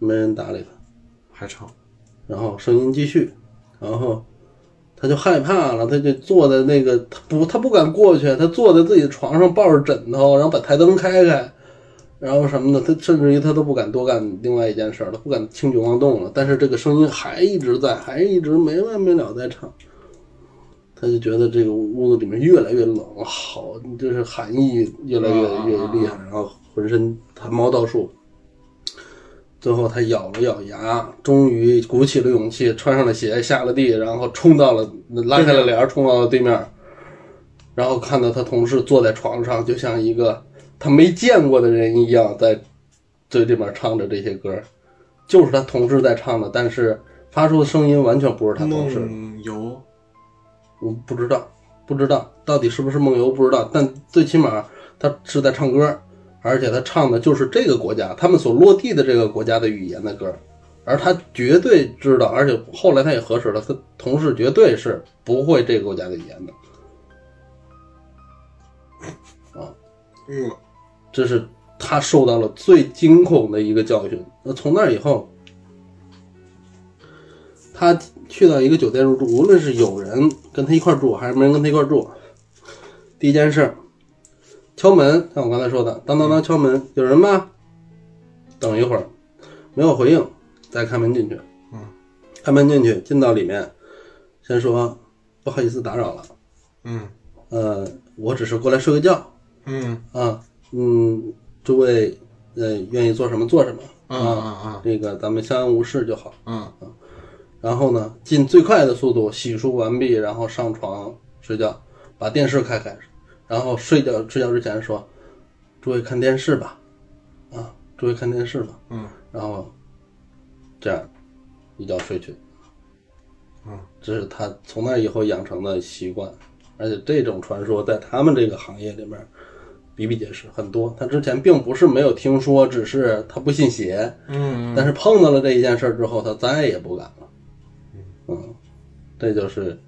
Speaker 3: 没人搭理他。
Speaker 4: 还唱
Speaker 3: 然后声音继续，然后他就害怕了，他就坐在那个他不他不敢过去，他坐在自己的床上抱着枕头，然后把台灯开开，然后什么的，他甚至于他都不敢多干另外一件事儿了，不敢轻举妄动了。但是这个声音还一直在，还一直没完没了在唱。他就觉得这个屋子里面越来越冷，好，就是寒意越来越越厉害，然后浑身汗毛倒竖，最后他咬了咬牙，终于鼓起了勇气，穿上了鞋，下了地，然后冲到了，拉开了帘儿，冲到了对面，然后看到他同事坐在床上，就像一个他没见过的人一样，在嘴里面唱着这些歌，就是他同事在唱的，但是发出的声音完全不是他同事。
Speaker 4: 梦游
Speaker 3: 我不知道，不知道到底是不是梦游，不知道。但最起码他是在唱歌，而且他唱的就是这个国家他们所落地的这个国家的语言的歌，而他绝对知道，而且后来他也核实了，他同事绝对是不会这个国家的语言的。
Speaker 4: 嗯，
Speaker 3: 啊这是他受到了最惊恐的一个教训。那从那以后，他去到一个酒店入住，无论是有人跟他一块儿住，还是没人跟他一块儿住，第一件事儿，敲门，像我刚才说的，当当当敲门，有人吗？等一会儿，没有回应，再开门进去。
Speaker 4: 嗯，
Speaker 3: 开门进去，进到里面，先说不好意思打扰了，
Speaker 4: 嗯
Speaker 3: 呃，我只是过来睡个觉。
Speaker 4: 嗯
Speaker 3: 啊，嗯，诸位，呃，愿意做什么做什么
Speaker 4: 嗯嗯
Speaker 3: 这个咱们相安无事就好。
Speaker 4: 嗯
Speaker 3: 然后呢，尽最快的速度洗漱完毕，然后上床睡觉，把电视开开，然后睡觉睡觉之前说，诸位看电视吧，啊，诸位看电视吧，
Speaker 4: 嗯
Speaker 3: 然后这样一觉睡去。
Speaker 4: 嗯，
Speaker 3: 这是他从那以后养成的习惯，而且这种传说在他们这个行业里面比比皆是，很多。他之前并不是没有听说，只是他不信邪，
Speaker 4: 嗯
Speaker 3: 但是碰到了这一件事儿之后，他再也不敢了。嗯，这就是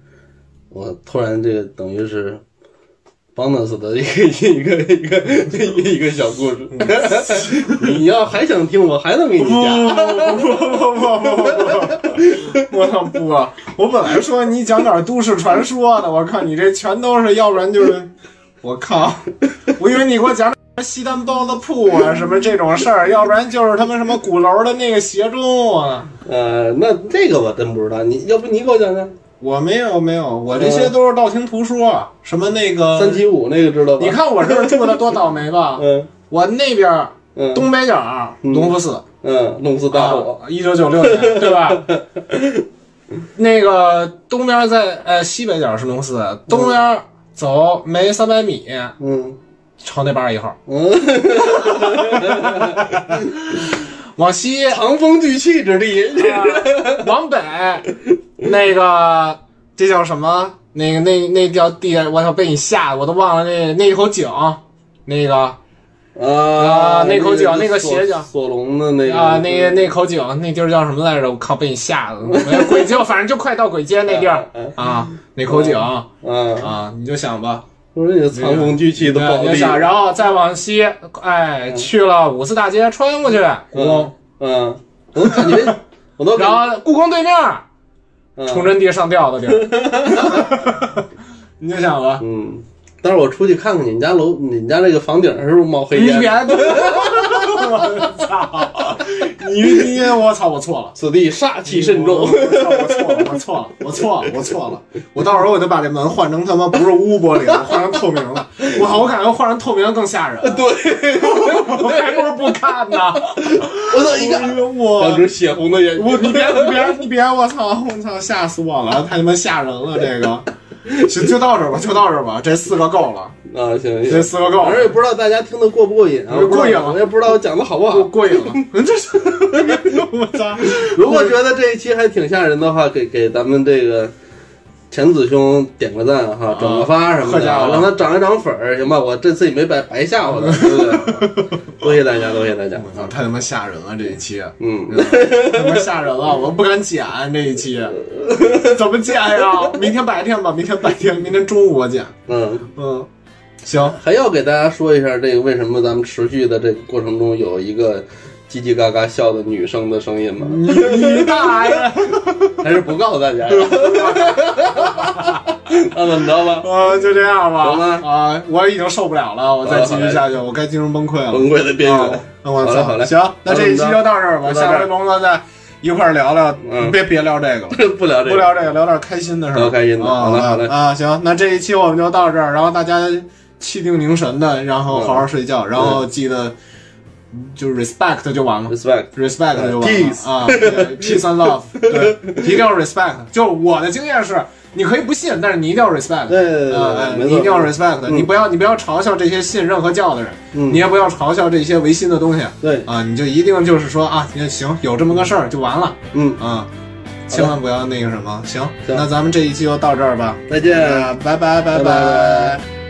Speaker 3: 我突然这个等于是 bonus 的一个一个一个一个一个小故事。
Speaker 2: 嗯
Speaker 3: [laughs] 你要还想听，我还能给你讲。
Speaker 2: 嗯不不不不不，我操不！我本来说你讲点都市传说呢，我靠你这全都是，要不然就是，我靠，我以为你给我讲点么西单包子铺啊，什么这种事儿，要不然就是他们什么鼓楼的那个协中啊。
Speaker 3: 呃，那这个我真不知道，你要不你给我讲讲
Speaker 2: 我没有没有，我这些都是道听途说，什么那个
Speaker 3: 三七五那个知道吧？
Speaker 2: 呃你，看我这儿住的多倒霉吧！
Speaker 3: 嗯
Speaker 2: 我那边儿
Speaker 3: 嗯，
Speaker 2: 东北角儿隆福寺
Speaker 3: 嗯，弄死大
Speaker 2: 啊
Speaker 3: 火，，
Speaker 2: 一九九六年
Speaker 3: [laughs]
Speaker 2: 对吧？那个东边儿在呃西北角是隆福寺，东边儿走没三百米
Speaker 3: 嗯
Speaker 2: 朝那八十一号，
Speaker 3: 嗯，
Speaker 2: 往西
Speaker 3: 藏风聚气之地，
Speaker 2: 啊往北那个这叫什么？那个那那叫地，我操，被你吓得我都忘了那那一口井，那个。
Speaker 3: 啊
Speaker 2: 啊那口井
Speaker 3: 个
Speaker 2: 那个斜井
Speaker 3: 索索隆的那个
Speaker 2: 啊，那那口井那地儿叫什么来着？我靠，被你吓的！没有鬼街，反正就快到鬼街那地儿
Speaker 3: 嗯
Speaker 2: 啊，那口井啊，
Speaker 3: 啊，
Speaker 2: 你就想吧，
Speaker 3: 我说你藏风聚气的
Speaker 2: 对
Speaker 3: 宝
Speaker 2: 你就
Speaker 3: 地，
Speaker 2: 想，然后再往西，哎，去了五四大街，穿过去故宫，
Speaker 3: 嗯，我都感觉 [laughs] 嗯我都
Speaker 2: 然
Speaker 3: 感
Speaker 2: 后故宫对面儿
Speaker 3: 觉
Speaker 2: 崇祯帝上吊的地儿， [laughs] 你就想吧，
Speaker 3: 嗯，但是我出去看看你们家楼，你们家这个房顶是不是冒黑
Speaker 2: 你
Speaker 3: 烟？
Speaker 2: 别， [laughs] 我操，你你我操，我错了。
Speaker 3: 此地煞气甚
Speaker 2: 我。
Speaker 3: 重
Speaker 2: 我错了，我错了，我错了，我错了。我到时候我就把这门换成他妈不是乌玻璃了，换成透明的。我操，我感觉换成透明的更吓人。
Speaker 3: 对，
Speaker 2: 我还不如不看呢。
Speaker 3: [laughs] 我操，一看，
Speaker 2: 我
Speaker 3: 两只血红的眼睛，
Speaker 2: 我你别你别你别，我操我操，吓死我了，太他妈吓人了这个。行，就到这儿吧，就到这儿吧，这四个够了，
Speaker 3: 啊，行
Speaker 2: 这
Speaker 3: 行，
Speaker 2: 四个够
Speaker 3: 反正也
Speaker 2: 了，
Speaker 3: 不知道大家听的过不过瘾啊，
Speaker 2: 过瘾
Speaker 3: 我也不知道我讲的好不
Speaker 2: 过
Speaker 3: 好。
Speaker 2: 过瘾了。这是我操，
Speaker 3: 如果觉得这一期还挺吓人的话，给给咱们这个钱子兄点个赞哈，转个发什么
Speaker 2: 贺
Speaker 3: 的，
Speaker 2: 家
Speaker 3: 啊
Speaker 2: 啊
Speaker 3: 让他涨一涨粉儿，行吧？我这次也没白白吓唬他，对不 [laughs] 对？多谢大家，多谢大家
Speaker 2: 我操，
Speaker 3: 啊，
Speaker 2: 太他妈吓人了这一期。 [laughs]
Speaker 3: 嗯。
Speaker 2: 他妈吓人了，我不敢剪这一期，怎么剪呀？明天白天吧，明天白天，明天中午我剪。
Speaker 3: 嗯，
Speaker 2: 嗯，行，
Speaker 3: 还要给大家说一下，这个为什么咱们持续的这个过程中有一个叽叽嘎嘎笑的女生的声 [laughs] 音吗？
Speaker 2: 你你大爷！ [laughs]
Speaker 3: 还是不告诉大家呀？ [laughs] 那怎么着吧？
Speaker 2: 啊，就这样吧
Speaker 3: 行吧。
Speaker 2: 啊，我已经受不了了，我再继续下去，我该精神崩溃了。
Speaker 3: 崩溃的边
Speaker 2: 啊
Speaker 3: 缘。，
Speaker 2: 那我
Speaker 3: 好嘞好
Speaker 2: 操，
Speaker 3: 嘞
Speaker 2: 行，那这一期就到这儿吧，
Speaker 3: 就到这儿
Speaker 2: 下回龙哥再一块儿聊聊
Speaker 3: 嗯，
Speaker 2: 别别聊这个了。
Speaker 3: [laughs] 不聊这
Speaker 2: 不
Speaker 3: 个，
Speaker 2: 聊这个，聊点开心的事儿。
Speaker 3: 聊开心的
Speaker 2: 啊
Speaker 3: 好嘞好嘞
Speaker 2: 啊，行，那这一期我们就到这儿，然后大家气定凝神的，然
Speaker 3: 嗯
Speaker 2: 后好好睡觉，然后记得就 respect 就完了。
Speaker 3: respect。
Speaker 2: respect 就完了
Speaker 3: Peace
Speaker 2: 啊对，peace and
Speaker 3: [laughs]
Speaker 2: love，对，一定要 respect。就我的经验是，你可以不信，但是你一定要 respect，
Speaker 3: 对对对对
Speaker 2: 啊哎
Speaker 3: 没错
Speaker 2: 你一定要 respect，
Speaker 3: 嗯
Speaker 2: 你不要你不要嘲笑这些信任和教的人，
Speaker 3: 嗯
Speaker 2: 你也不要嘲笑这些违心的东西
Speaker 3: 对，
Speaker 2: 啊，你就一定就是说啊，你行，有这么个事儿就完了，
Speaker 3: 嗯，
Speaker 2: 啊，千万不要那个什么。行，
Speaker 3: 行
Speaker 2: 那咱们这一期就到这儿吧。
Speaker 3: 再见。
Speaker 2: 啊，拜拜拜
Speaker 3: 拜拜
Speaker 2: 拜